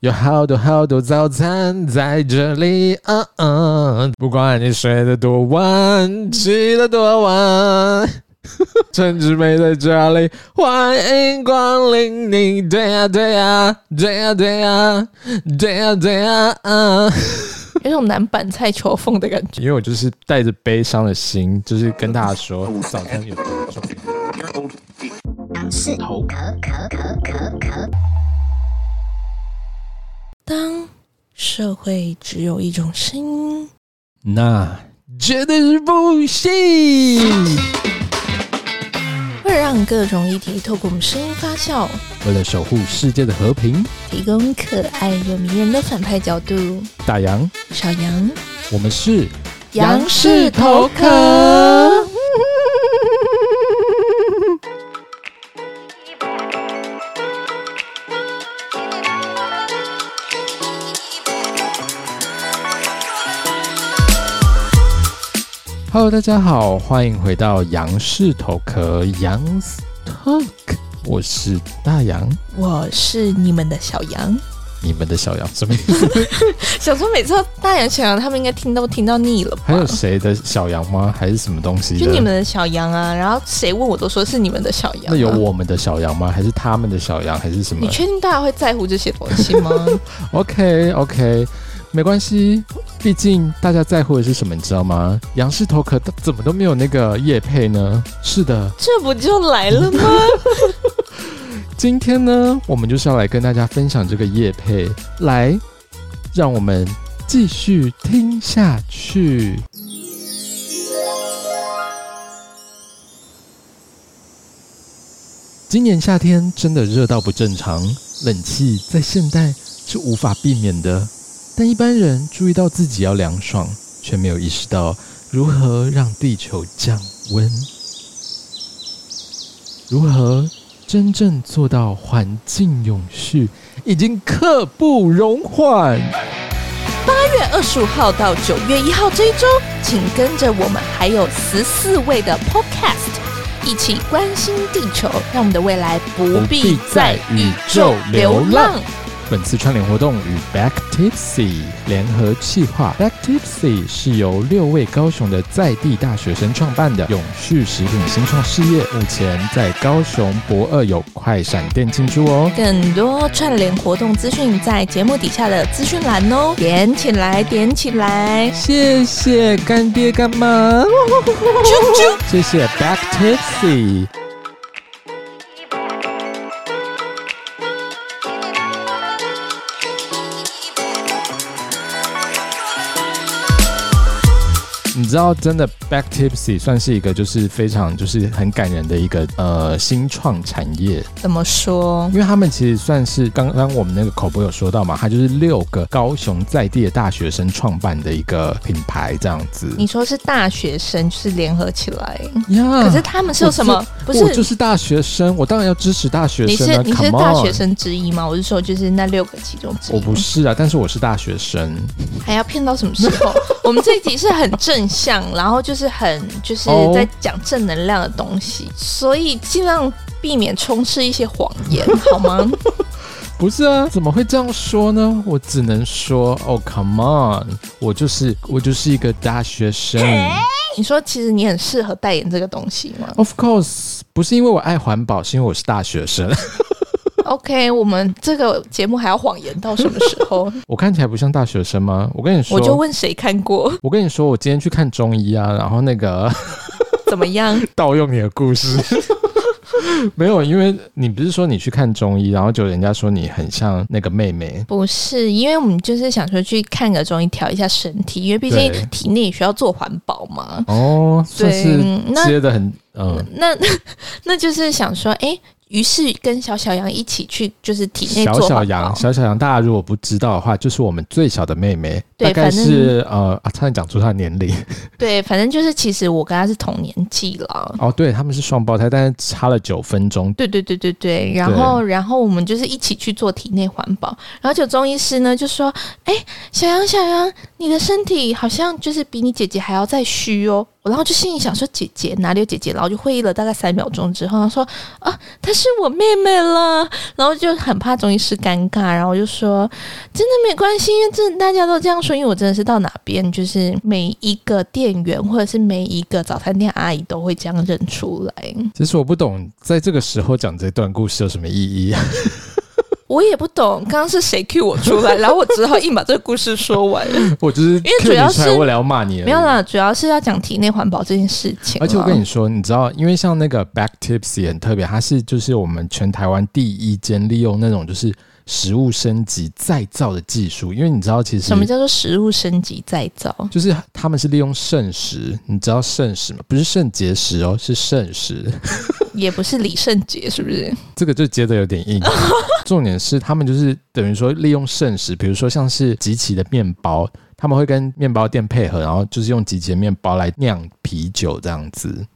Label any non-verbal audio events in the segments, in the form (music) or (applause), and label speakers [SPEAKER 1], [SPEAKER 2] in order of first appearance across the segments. [SPEAKER 1] 有好多好多早餐在这里，嗯嗯，不管你睡得多晚，起得多晚，陈志梅在这里，欢迎光临你，对呀、对呀、对呀、对呀、对呀、对呀、嗯。
[SPEAKER 2] 有种南版蔡秋凤的感觉。
[SPEAKER 1] 因为我就是带着悲伤的心，就是跟大家说，早餐有多重要。
[SPEAKER 2] 当社会只有一种声音，
[SPEAKER 1] 那绝对是不行。
[SPEAKER 2] 会让各种议题透过我们声音发酵，
[SPEAKER 1] 为了守护世界的和平，
[SPEAKER 2] 提供可爱又迷人的反派角度。
[SPEAKER 1] 大洋，
[SPEAKER 2] 小杨，
[SPEAKER 1] 我们是
[SPEAKER 2] 杨氏头壳。
[SPEAKER 1] Hello，大家好，欢迎回到杨氏头壳杨 Talk，我是大洋，
[SPEAKER 2] (laughs) 我是你们的小杨。
[SPEAKER 1] 你们的小杨什么意思？
[SPEAKER 2] 想说每次大杨、小杨他们应该听都听到腻了吧？
[SPEAKER 1] 还有谁的小杨吗？还是什么东西的？
[SPEAKER 2] 就你们的小杨啊，然后谁问我都说是你们的小杨、啊。
[SPEAKER 1] 那有我们的小杨吗？还是他们的小杨？还是什么
[SPEAKER 2] 你
[SPEAKER 1] (laughs)
[SPEAKER 2] 确定大家会在乎这些东西吗？ (laughs)
[SPEAKER 1] ？OK OK，没关系，毕竟大家在乎的是什么，你知道吗？杨氏头壳怎么都没有那个叶配呢？是的，
[SPEAKER 2] 这不就来了吗？
[SPEAKER 1] 今天呢，我们就是要来跟大家分享这个夜配，来，让我们继续听下去。今年夏天真的热到不正常，冷气在现代是无法避免的，但一般人注意到自己要凉爽，却没有意识到如何让地球降温，如何真正做到环境永续，已经刻不容缓。
[SPEAKER 2] 八月二十五号到九月一号这一周，请跟着我们还有十四位的 Podcast 一起关心地球，让我们的未来不必在宇宙流浪。
[SPEAKER 1] 本次串联活动与 Back Tipsy 联合企划，Back Tipsy 是由六位高雄的在地大学生创办的永续食品新创事业，目前在高雄博二有快闪店进驻哦。
[SPEAKER 2] 更多串联活动资讯在节目底下的资讯栏哦，点起来，点起来！
[SPEAKER 1] 谢谢干爹干妈，谢谢 Back Tipsy。你知道，真的 Back Tipsy 算是一个就是非常就是很感人的一个呃新创产业，
[SPEAKER 2] 怎么说？
[SPEAKER 1] 因为他们其实算是刚刚我们那个口播有说到嘛，它就是六个高雄在地的大学生创办的一个品牌这样子。
[SPEAKER 2] 你说是大学生，就是联合起来，
[SPEAKER 1] 呀
[SPEAKER 2] 可是他们是有什么？不。
[SPEAKER 1] 嗯我就是是大学生，我当然要支持大学
[SPEAKER 2] 你
[SPEAKER 1] 生
[SPEAKER 2] 是
[SPEAKER 1] 啊
[SPEAKER 2] 你是
[SPEAKER 1] ！Come
[SPEAKER 2] 大学
[SPEAKER 1] on，
[SPEAKER 2] 生之一吗？我是说，就是那六个其中之一。
[SPEAKER 1] 我不是啊，但是我是大学生。
[SPEAKER 2] 还要骗到什么时 (laughs) 候？我们这一集是很正向，然后就是很就是
[SPEAKER 1] 哦
[SPEAKER 2] 在讲正能量的东西，所以尽量避免充斥一些谎 (laughs) 言，好吗？
[SPEAKER 1] 不是啊，怎么会这样说呢？我只能说，哦，Come on，我就是我就是一个大学
[SPEAKER 2] (laughs)
[SPEAKER 1] 生。
[SPEAKER 2] 你说其实你很适合代言这个东西 (laughs) 吗
[SPEAKER 1] Of course，不是因为我爱环保，是因为我是大学生。 (laughs)
[SPEAKER 2] ？OK，我们这个节目还要谎言到什么时 (laughs) 候？
[SPEAKER 1] 我看起来不像大学生吗？我跟你说，
[SPEAKER 2] 我就问谁看过 (laughs)
[SPEAKER 1] 我跟你说，我今天去看中医啊，然后那个 (laughs)
[SPEAKER 2] 怎么样？
[SPEAKER 1] 盗用你的故
[SPEAKER 2] (laughs)
[SPEAKER 1] 事，没有，因为你不是说你去看中医，然后就人家说你很像那个妹妹，
[SPEAKER 2] 不是，因为我们就是想说去看个中医调一下身体，因为毕
[SPEAKER 1] 对
[SPEAKER 2] 竟体内也需要做环保嘛。
[SPEAKER 1] 哦，算
[SPEAKER 2] 对
[SPEAKER 1] 是
[SPEAKER 2] 那
[SPEAKER 1] 接的很，嗯，
[SPEAKER 2] 那 (laughs) 那就是想说，哎、于是跟小小羊一起去，就是体内
[SPEAKER 1] 小
[SPEAKER 2] 做
[SPEAKER 1] 小
[SPEAKER 2] 环保
[SPEAKER 1] 羊，小小羊，大家如果不知道的话，就是我们最小的妹妹，
[SPEAKER 2] 对
[SPEAKER 1] 大概
[SPEAKER 2] 反正
[SPEAKER 1] 是呃啊，差点讲出她的年龄 (laughs)
[SPEAKER 2] 对，反正就是其实我跟他是同年纪了。
[SPEAKER 1] 哦，对，他们是双胞胎，但是差了九分钟，
[SPEAKER 2] 对对对对对，然
[SPEAKER 1] 对
[SPEAKER 2] 后然后我们就是一起去做体内环保，然后就中医师呢就说：“哎，小杨小杨，你的身体好像就是比你姐姐还要再虚哦。”我然后就心里想说姐姐哪里有姐姐，然后就会意了大概三秒钟之后，他说啊，她是我妹妹了，然后就很怕中医师尴尬，然后我就说真的没关系，因为真的大家都这样说，因为我真的是到哪边就是每一个店员或者是每一个早餐店阿姨都会这样认出来，
[SPEAKER 1] 其实我不懂，在这个时候讲这段故事有什么意义 (laughs) 啊？
[SPEAKER 2] 我也不懂刚刚是谁 cue 我出来，然后我只好硬把这个故事
[SPEAKER 1] (laughs)
[SPEAKER 2] 说完。
[SPEAKER 1] 我就是因
[SPEAKER 2] 为主要是
[SPEAKER 1] 为了要骂你而已，
[SPEAKER 2] 没有啦，主要是要讲体内环保这件事情啊啦。
[SPEAKER 1] 而且我跟哎你说，你知道，因为像那
[SPEAKER 2] 嗯
[SPEAKER 1] 个 Back Tips 也很特别，它是就是我们全台湾第一间利用那种就是食物升级再造的技术，因为你知道其实
[SPEAKER 2] 什么叫做食物升级再造？
[SPEAKER 1] 就是他们是利用剩食，你知道剩食吗？不是肾结石哦，是剩食。 (laughs)
[SPEAKER 2] 也不是李圣杰，是不是？
[SPEAKER 1] 这个就接的有点
[SPEAKER 2] (laughs)
[SPEAKER 1] 硬。重点是他们就是等于说利用剩食，比如说像是集齐的面包，他们会跟面包店配合，然后就是用集齐的面包来酿啤酒这样
[SPEAKER 2] (laughs)
[SPEAKER 1] 子，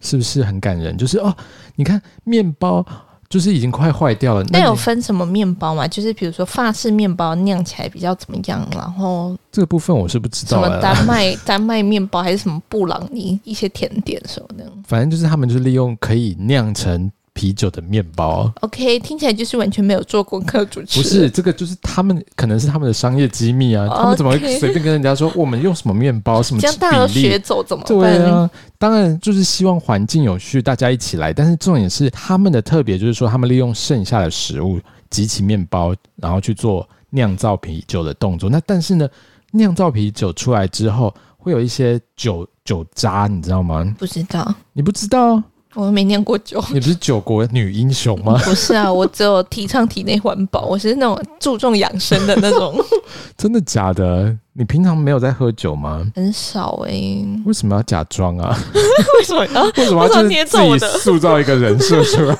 [SPEAKER 1] 是不是很感人？就是哦，你看面包就是已经快坏掉了，
[SPEAKER 2] 那
[SPEAKER 1] 那
[SPEAKER 2] 有
[SPEAKER 1] 你
[SPEAKER 2] 分什么面包吗？就是比如说法式面包酿起来比较怎么样，然后
[SPEAKER 1] 这个部分我是不知
[SPEAKER 2] 什
[SPEAKER 1] 道
[SPEAKER 2] 么
[SPEAKER 1] 了啦。
[SPEAKER 2] 丹麦 (laughs) 丹麦面包还是什么布朗尼一些甜点什么的。
[SPEAKER 1] 反正就是他们就是利用可以酿成啤酒的面包。
[SPEAKER 2] OK，听起来就是完全没有做功课，主持
[SPEAKER 1] 不是这个，就是他们可能是他们的商业机密啊，他们怎么会
[SPEAKER 2] 哦 OK
[SPEAKER 1] 随便跟人家说我们用什么面包、什么
[SPEAKER 2] 这样大家都
[SPEAKER 1] 比例
[SPEAKER 2] 学走怎么
[SPEAKER 1] 对
[SPEAKER 2] 办？
[SPEAKER 1] 啊，当然就是希望环境有序，大家一起来。但是重点是他们的特别，就是说他们利用剩下的食物集齐面包，然后去做酿造啤酒的动作。那但是呢，酿造啤酒出来之后，会有一些酒酒渣，你知道
[SPEAKER 2] (laughs)
[SPEAKER 1] 吗？
[SPEAKER 2] 不知道，
[SPEAKER 1] 你不知道？
[SPEAKER 2] 我没念过酒。
[SPEAKER 1] 你不是酒国女英雄吗？
[SPEAKER 2] (laughs) 不是啊，我只有提倡体内环保，我是那种注重养生的那 (laughs) 种，
[SPEAKER 1] 真的假的？你平常没有在喝酒吗？
[SPEAKER 2] 很少哎、
[SPEAKER 1] 为什么要假装啊？
[SPEAKER 2] 为什么啊？
[SPEAKER 1] 为什么要
[SPEAKER 2] 为什么
[SPEAKER 1] 就是
[SPEAKER 2] 捏
[SPEAKER 1] 自
[SPEAKER 2] 中我
[SPEAKER 1] 己
[SPEAKER 2] 的
[SPEAKER 1] 塑造一个人设出
[SPEAKER 2] (laughs)
[SPEAKER 1] 来？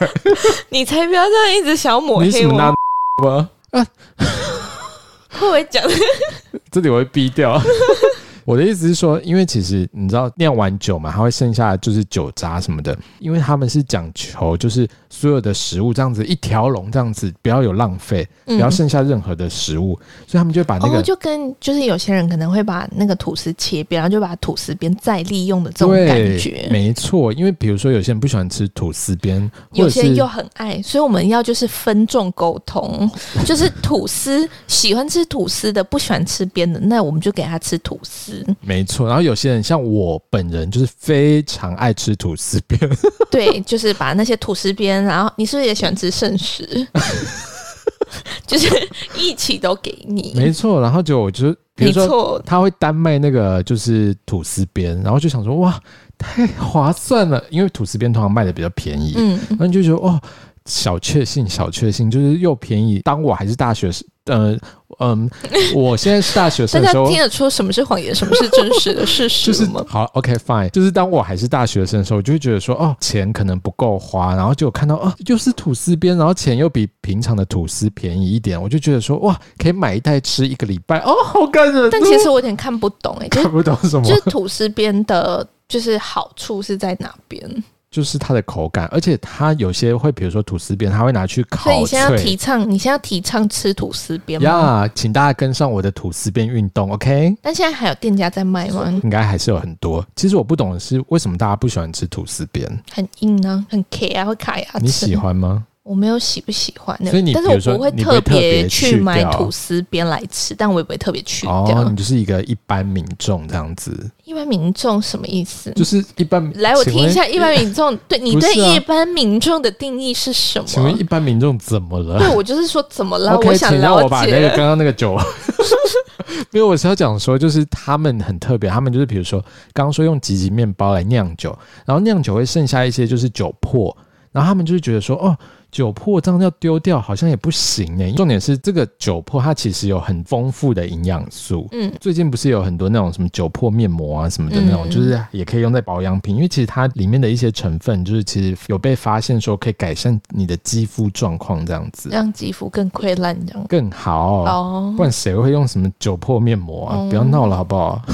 [SPEAKER 2] 你才不要这样一直想要抹
[SPEAKER 1] 你什
[SPEAKER 2] 黑
[SPEAKER 1] 么那
[SPEAKER 2] 我，
[SPEAKER 1] 吗？
[SPEAKER 2] 会不会讲
[SPEAKER 1] 这里我会逼掉。 (laughs) 我的意思是说，因为其实你知道酿完酒嘛，它会剩下就是酒渣什么的。因为他们是讲求就是所有的食物这样子一条龙这样子，不要有浪费，不
[SPEAKER 2] 嗯
[SPEAKER 1] 要剩下任何的食物，所以他们就会把那个、
[SPEAKER 2] 哦，就跟就是有些人可能会把那个吐司切边，然后就把吐司边再利用的这种
[SPEAKER 1] 对
[SPEAKER 2] 感觉。
[SPEAKER 1] 没错。因为比如说有些人不喜欢吃吐司边，或
[SPEAKER 2] 有
[SPEAKER 1] 者
[SPEAKER 2] 些人
[SPEAKER 1] 是
[SPEAKER 2] 又很爱，所以我们要就是分众沟通，就是吐司喜欢吃吐司的，不喜欢吃边的，那我们就给他吃吐司。
[SPEAKER 1] 没错，然后有些人像我本人就是非常爱吃吐司
[SPEAKER 2] (laughs)
[SPEAKER 1] 边，
[SPEAKER 2] 对，就是把那些吐司边，然后你是不是也喜欢吃剩食？ (laughs) 就是一起都给你
[SPEAKER 1] 没，错。然后就我就比
[SPEAKER 2] 没
[SPEAKER 1] 如说
[SPEAKER 2] 错，
[SPEAKER 1] 他会单卖那个就是吐司边，然后就想说哇，太划算了，因为吐司边通常卖的比较便宜，
[SPEAKER 2] 嗯，
[SPEAKER 1] 然后你就觉得哦，小确幸，小确幸，就是又便宜。当我还是大学生，呃
[SPEAKER 2] (laughs)
[SPEAKER 1] 嗯、我现在是大学
[SPEAKER 2] 大
[SPEAKER 1] 生的
[SPEAKER 2] 家
[SPEAKER 1] 时候
[SPEAKER 2] 听。得出什么是谎言，什么是真实的事实
[SPEAKER 1] 就是
[SPEAKER 2] 了吗？
[SPEAKER 1] 好，OK fine，就是当我还是大学生的时候，我就会觉得说，哦，钱可能不够花，然后就有看到哦，又是吐司边，然后钱又比平常的吐司便宜一点，我就觉得说，哇，可以买一袋吃一个礼拜，哦，好感人哦。
[SPEAKER 2] 但其实我有点看不懂、欸，哎，就是
[SPEAKER 1] (laughs) 看不懂什么，
[SPEAKER 2] 就是吐司边的，就是好处是在哪边？
[SPEAKER 1] 就是它的口感，而且它有些会，比如说吐司边，它会拿去烤
[SPEAKER 2] 所
[SPEAKER 1] 脆。
[SPEAKER 2] 以你现在要提倡，你现在要提倡吃吐司边吗
[SPEAKER 1] 呀请大家跟上我的吐司边运动，OK？
[SPEAKER 2] 但现在还有店家在卖吗？
[SPEAKER 1] 应该还是有很多。其实我不懂的是，为什么大家不喜欢吃吐司边？
[SPEAKER 2] 很硬啊，很 K 啊，会卡牙齿。
[SPEAKER 1] 你喜？欢吗？
[SPEAKER 2] 我没有喜不喜欢的，
[SPEAKER 1] 所以你
[SPEAKER 2] 但是
[SPEAKER 1] 比
[SPEAKER 2] 我
[SPEAKER 1] 如说
[SPEAKER 2] 不会
[SPEAKER 1] 你不会特别
[SPEAKER 2] 别
[SPEAKER 1] 去
[SPEAKER 2] 去买
[SPEAKER 1] 掉啊
[SPEAKER 2] 吐司边来吃，但我也不会特别去
[SPEAKER 1] 哦，
[SPEAKER 2] 掉
[SPEAKER 1] 你。就是一个一般民众这样子，
[SPEAKER 2] 一般民众什么意思？
[SPEAKER 1] 就是一般。
[SPEAKER 2] 来，我
[SPEAKER 1] 请
[SPEAKER 2] 听
[SPEAKER 1] 问
[SPEAKER 2] 一下，一般民众对你
[SPEAKER 1] 不是
[SPEAKER 2] 对
[SPEAKER 1] 啊
[SPEAKER 2] 一般民众的定义是什
[SPEAKER 1] 请
[SPEAKER 2] 么
[SPEAKER 1] 问一？般民众怎么了
[SPEAKER 2] (laughs) 对我就是说，怎么了？
[SPEAKER 1] (laughs) ？OK，
[SPEAKER 2] 想
[SPEAKER 1] 请让
[SPEAKER 2] 了
[SPEAKER 1] 我把那个
[SPEAKER 2] 解。
[SPEAKER 1] 刚刚那个
[SPEAKER 2] (laughs)
[SPEAKER 1] 酒。没有，我是要讲说，就是他们很特别，他们就是比如说，刚刚说用吉吉面包来酿酒，然后酿酒会剩下一些就是酒粕，然后他们就是觉得说，哦，酒粕这样要丢掉好像也不行呢。重点是这个酒粕它其实有很丰富的营养素，
[SPEAKER 2] 嗯，
[SPEAKER 1] 最近不是有很多那种什么酒粕面膜啊什么的那种，
[SPEAKER 2] 嗯
[SPEAKER 1] 就是也可以用在保养品，因为其实它里面的一些成分就是其实有被发现说可以改善你的肌肤状况这样子，
[SPEAKER 2] 让肌肤更溃烂这样。
[SPEAKER 1] 更好
[SPEAKER 2] 哦
[SPEAKER 1] 不，然谁会用什么酒粕面膜啊？
[SPEAKER 2] 嗯
[SPEAKER 1] 不要闹了好不好？ (laughs)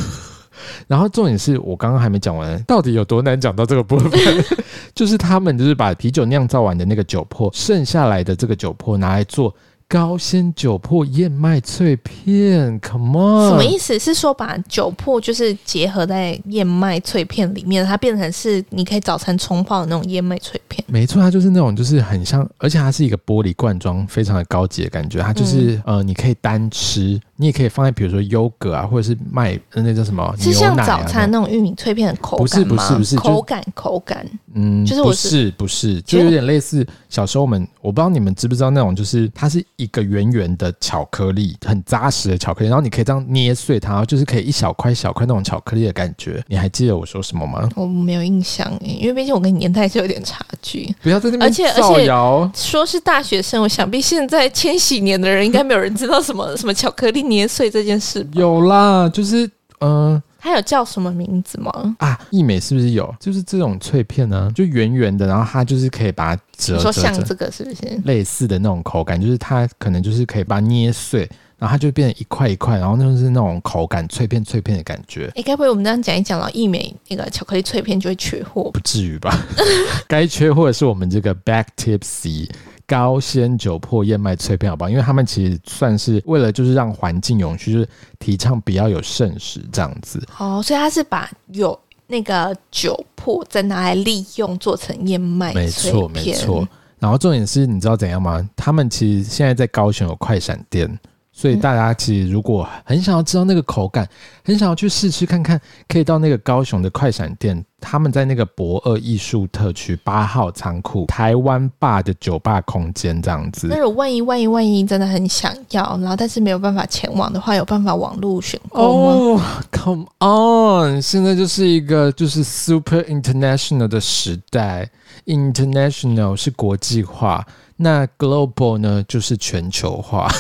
[SPEAKER 1] 然后重点是我刚刚还没讲完，到底有多难讲到这个部分？ (laughs) 就是他们就是把啤酒酿造完的那个酒粕，剩下来的这个酒粕拿来做高纤酒粕燕麦脆片，Come
[SPEAKER 2] 哦什
[SPEAKER 1] on，
[SPEAKER 2] 么意思？是说把酒粕就是结合在燕麦脆片里面，它变成是你可以早餐冲泡的那种燕麦脆片。
[SPEAKER 1] 没错，它就是那种，就是很像，而且它是一个玻璃罐装，非常的高级的感觉。它就是、
[SPEAKER 2] 嗯
[SPEAKER 1] 呃，你可以单吃，你也可以放在比如说优格啊，或者是麦呃那叫什么、
[SPEAKER 2] 是
[SPEAKER 1] 牛
[SPEAKER 2] 像
[SPEAKER 1] 奶啊
[SPEAKER 2] 早餐那种玉米脆片的口
[SPEAKER 1] 不是
[SPEAKER 2] 感吗？
[SPEAKER 1] 不是不是就
[SPEAKER 2] 口感口感，
[SPEAKER 1] 嗯，
[SPEAKER 2] 就是
[SPEAKER 1] 不
[SPEAKER 2] 我
[SPEAKER 1] 是不是，就
[SPEAKER 2] 觉得
[SPEAKER 1] 有点类似小时候我们，我不知道你们知不知道那种，就是它是一个圆圆的巧克力，很扎实的巧克力，然后你可以这样捏碎它，就是可以一小块一小块那种巧克力的感觉。你还记得我说什么吗？
[SPEAKER 2] 我没有印象诶，因为毕竟我跟你年代是有点差距。
[SPEAKER 1] 不要在那
[SPEAKER 2] 而
[SPEAKER 1] 边
[SPEAKER 2] 且而且
[SPEAKER 1] 造谣。
[SPEAKER 2] 说是大学生，我想必现在千禧年的人应该没有人知道什么 (laughs) 什么巧克力捏碎这件事吧。
[SPEAKER 1] 有啦，就是嗯、
[SPEAKER 2] 它有叫什么名字吗？
[SPEAKER 1] 啊，益美是不是有？就是这种脆片呢、就圆圆的，然后它就是可以把它折
[SPEAKER 2] 你说
[SPEAKER 1] 折
[SPEAKER 2] 像
[SPEAKER 1] 折
[SPEAKER 2] 这个是不是？
[SPEAKER 1] 类似的那种口感，就是它可能就是可以把它捏碎，然后它就变成一块一块，然后那就是那种口感脆片脆片的感觉，
[SPEAKER 2] 哎，该不会我们这样讲一讲，然后一美那个巧克力脆片就会缺货吧？
[SPEAKER 1] 不至于吧？ (laughs) 该缺货的是我们这个 Back Tipsy。高纤酒粕燕麦脆片，好不好？因为他们其实算是为了就是让环境永续，就是提倡比较有剩食这样子。
[SPEAKER 2] 哦，所以它是把有那个酒粕再拿来利用做成燕麦
[SPEAKER 1] 没
[SPEAKER 2] 脆
[SPEAKER 1] 错，没
[SPEAKER 2] 片嗯
[SPEAKER 1] 错。。然后重点是，你知道怎样吗？他们其实现在在高雄有快闪店，所以大家其实如果很想要知道那个口感，很想要去试吃看看，可以到那个高雄的快闪店，他们在那个博二艺术特区八号仓库台湾霸的酒吧空间这样子
[SPEAKER 2] 那。如果万一万一万一真的很想要，然后但是没有办法前往的话，有办法网络选购吗？
[SPEAKER 1] 哦、c o m e on！现在就是一个就是 super international 的时代，international 是国际化，那 global 呢就是全球化。 (laughs)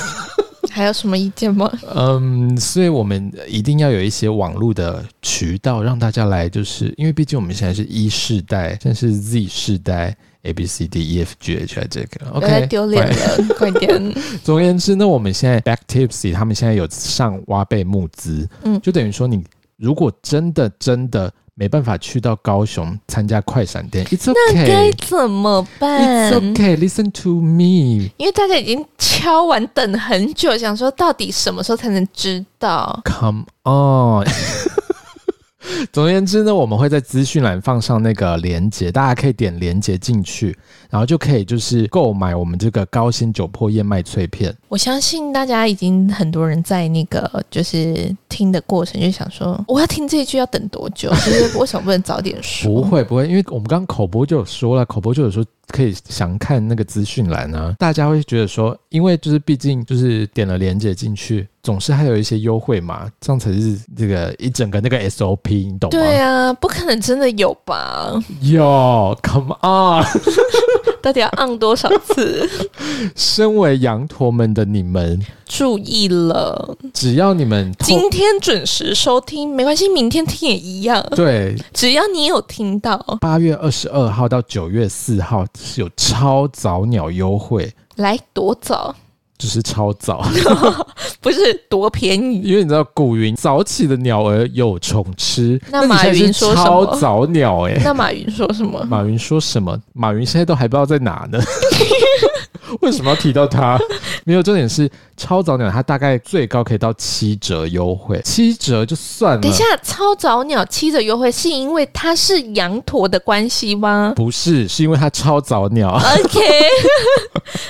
[SPEAKER 2] 还有什么意见吗？
[SPEAKER 1] 嗯，所以我们一定要有一些网络的渠道让大家来，就是因为毕竟我们现在是一世代，现在是 Z 世代。A B C D E F G H I 这个
[SPEAKER 2] 不要再
[SPEAKER 1] OK，
[SPEAKER 2] 丢脸
[SPEAKER 1] 拜
[SPEAKER 2] 了，快
[SPEAKER 1] (laughs)
[SPEAKER 2] 点！
[SPEAKER 1] 总而言之，那我们现在 Back Tipsy 他们现在有上挖贝募资，
[SPEAKER 2] 嗯
[SPEAKER 1] 就等于说你如果真的真的没办法去到高雄参加快闪店，It's
[SPEAKER 2] 那该
[SPEAKER 1] OK。
[SPEAKER 2] 怎么
[SPEAKER 1] It's
[SPEAKER 2] 办？
[SPEAKER 1] okay. Listen to me.
[SPEAKER 2] 因为大家已经敲完等很久，想说到底什么时候才能知道？
[SPEAKER 1] Come on！总而言之呢，我们会在资讯栏放上那个链接，大家可以点链接进去，然后就可以就是购买我们这个高纤酒粕燕麦脆片。
[SPEAKER 2] 我相信大家已经很多人在那个就是听的过程，就想说我要听这一句要等多久？ (laughs) 就是为什么不能早点说？
[SPEAKER 1] 不会不会，因为我们刚刚口播就有说了，口播就有说可以详看那个资讯栏啊。大家会觉得说，因为就是毕竟就是点了链接进去，总是还有一些优惠嘛，这样才是这个一整个那个 SOP，你懂吗？
[SPEAKER 2] 对啊，不可能真的有吧？
[SPEAKER 1] 有，Come on！
[SPEAKER 2] 到底要按多少次？
[SPEAKER 1] 身为羊驼们的你们，
[SPEAKER 2] 注意
[SPEAKER 1] (laughs)
[SPEAKER 2] 了，
[SPEAKER 1] 只要你们透
[SPEAKER 2] 今天准时收听没关系，明天听也一样，
[SPEAKER 1] 对
[SPEAKER 2] 只要你有听到，
[SPEAKER 1] 八月二十二号到九月四号是有超早鸟优惠，
[SPEAKER 2] 来多早，
[SPEAKER 1] 就是超早，
[SPEAKER 2] 不是多便宜。
[SPEAKER 1] (laughs) 因为你知道古云早起的鸟儿有虫吃，
[SPEAKER 2] 那
[SPEAKER 1] 你
[SPEAKER 2] 马
[SPEAKER 1] 现在
[SPEAKER 2] 云
[SPEAKER 1] 是
[SPEAKER 2] 说什
[SPEAKER 1] 超
[SPEAKER 2] 么
[SPEAKER 1] 早鸟哎、
[SPEAKER 2] (laughs) 那马云说什么？
[SPEAKER 1] 马云说什么？马云现在都还不知道在哪呢。 (laughs) 为什么要提到
[SPEAKER 2] (laughs)
[SPEAKER 1] 他？没有，重点是超早鸟，它大概最高可以到七折优惠，七折就算了。
[SPEAKER 2] 等一下，超早鸟七折优惠是因为它是羊驼的关系吗
[SPEAKER 1] 不是，是因为它超早
[SPEAKER 2] (laughs)
[SPEAKER 1] 鸟。
[SPEAKER 2] ？OK，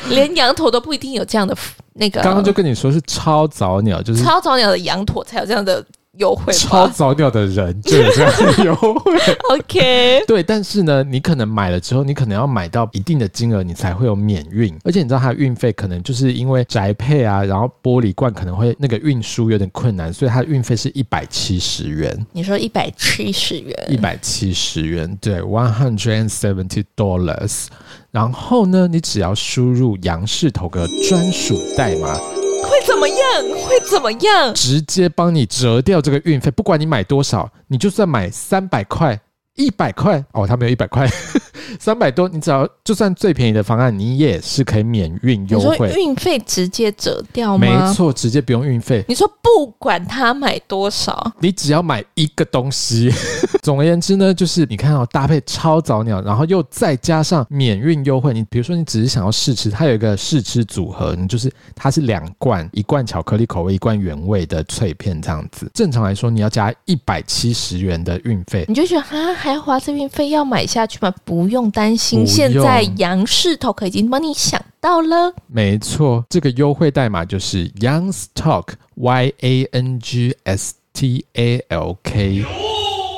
[SPEAKER 2] 连羊驼都不一定有这样的福那个。
[SPEAKER 1] 刚刚就跟你说是超早鸟，就是
[SPEAKER 2] 啊超早鸟的羊驼才有这样的优惠
[SPEAKER 1] 超
[SPEAKER 2] 吧
[SPEAKER 1] 早鸟的人就有这样的优惠。
[SPEAKER 2] ？OK， (laughs)
[SPEAKER 1] 对，但是呢，你可能买了之后，你可能要买到一定的金额，你才会有免运。而且你知道它的运费可能就是因为宅配啊，然后玻璃罐可能会那个运输有点困难，所以它的运费是一百七十元，
[SPEAKER 2] 你说一百七十元，
[SPEAKER 1] 一百七十元，对，one hundred and seventy dollars。然后呢，你只要输入杨氏头哥专属代码，
[SPEAKER 2] 会怎么样？会怎么样？
[SPEAKER 1] 直接帮你折掉这个运费，不管你买多少，你就算买三百块、一百块，哦，他没有一百块， (laughs) 三百多，你只要就算最便宜的方案，你也是可以免运优
[SPEAKER 2] 你说
[SPEAKER 1] 惠，
[SPEAKER 2] 运费直接折掉
[SPEAKER 1] 没
[SPEAKER 2] 吗？
[SPEAKER 1] 错，直接不用运费，
[SPEAKER 2] 你说不管他买多少，
[SPEAKER 1] 你只要买一个东西。 (laughs) 总而言之呢，就是你看哦，搭配超早鸟，然后又再加上免运优惠。你比如说，你只是想要试吃，它有一个试吃组合，你就是它是两罐，一罐巧克力口味，一罐原味的脆片这样子。正常来说，你要加一百七十元的运费。
[SPEAKER 2] 你就觉得啊，还要花这运费要买下去吗？不用担
[SPEAKER 1] 不
[SPEAKER 2] 心，
[SPEAKER 1] 用
[SPEAKER 2] 现在杨氏头壳已经帮你想到了。
[SPEAKER 1] 没错，这个优惠代码就是 Young Stock Y A N G S T A L K，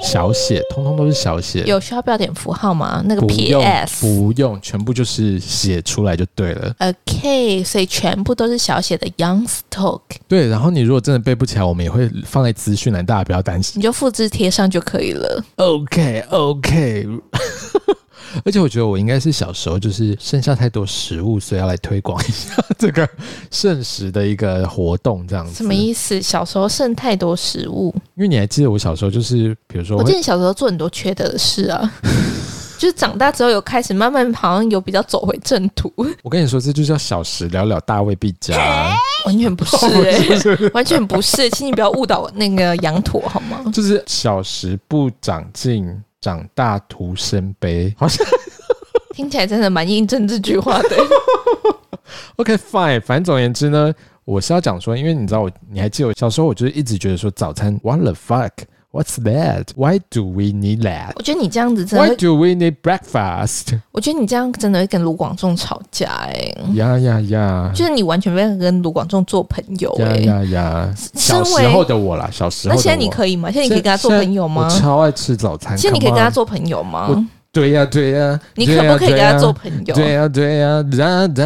[SPEAKER 1] 小写，通通都是小写。
[SPEAKER 2] 有需要标点符号吗？那个
[SPEAKER 1] 不用
[SPEAKER 2] PS。
[SPEAKER 1] 不用，全部就是写出来就对了。
[SPEAKER 2] OK，所以全部都是小写的 Young Stock，
[SPEAKER 1] 对，然后你如果真的背不起来，我们也会放在资讯栏，大家不要担心。
[SPEAKER 2] 你就复制贴上就可以了。
[SPEAKER 1] OK OK，而且我觉得我应该是小时候就是剩下太多食物，所以要来推广一下这个剩食的一个活动，这样子。
[SPEAKER 2] 什么
[SPEAKER 1] 思？
[SPEAKER 2] 意思？小时候剩太多食物，
[SPEAKER 1] 因为你还记得我小时候就是，比如说
[SPEAKER 2] 我记
[SPEAKER 1] 会
[SPEAKER 2] 得你小时候做很多缺德的事
[SPEAKER 1] (laughs)
[SPEAKER 2] 啊。就是长大之后有开始慢慢好像有比较走回正
[SPEAKER 1] (laughs)
[SPEAKER 2] 途，
[SPEAKER 1] 我跟你说，这就叫小时了了，大未必佳。
[SPEAKER 2] 完全不是
[SPEAKER 1] (laughs)
[SPEAKER 2] 哎、完全不是，请你不要误导那个羊驼好吗？
[SPEAKER 1] 就是小时不长进，长大徒生悲，好像。
[SPEAKER 2] 听起来真的蛮印证这句话的。
[SPEAKER 1] OK fine，反正总而言之呢，我是要讲说，因为你知道我，你还记得我小时候，我就是一直觉得说早餐 What the fuck? What's that? Why do we need that?
[SPEAKER 2] (laughs) 我觉得你这样子真的
[SPEAKER 1] Why
[SPEAKER 2] 会，
[SPEAKER 1] do we need breakfast?
[SPEAKER 2] 我觉得你这样真的会跟卢广仲吵架哎、
[SPEAKER 1] 呀呀呀！
[SPEAKER 2] 就是你完全没有跟卢广仲做朋友哎、
[SPEAKER 1] 呀呀呀！
[SPEAKER 2] 身
[SPEAKER 1] 小
[SPEAKER 2] 为
[SPEAKER 1] 时候的我啦，小时候
[SPEAKER 2] 那
[SPEAKER 1] 的我。
[SPEAKER 2] 现在你可以吗？现在你可以跟他做朋友吗
[SPEAKER 1] 现？在我超爱吃早餐。
[SPEAKER 2] 现在你可以跟他
[SPEAKER 1] come
[SPEAKER 2] 做朋友吗？
[SPEAKER 1] 我on。对呀对呀。
[SPEAKER 2] 你可不可以
[SPEAKER 1] 对
[SPEAKER 2] 跟
[SPEAKER 1] 呀
[SPEAKER 2] 他做朋友？
[SPEAKER 1] 对呀、对呀、哒哒，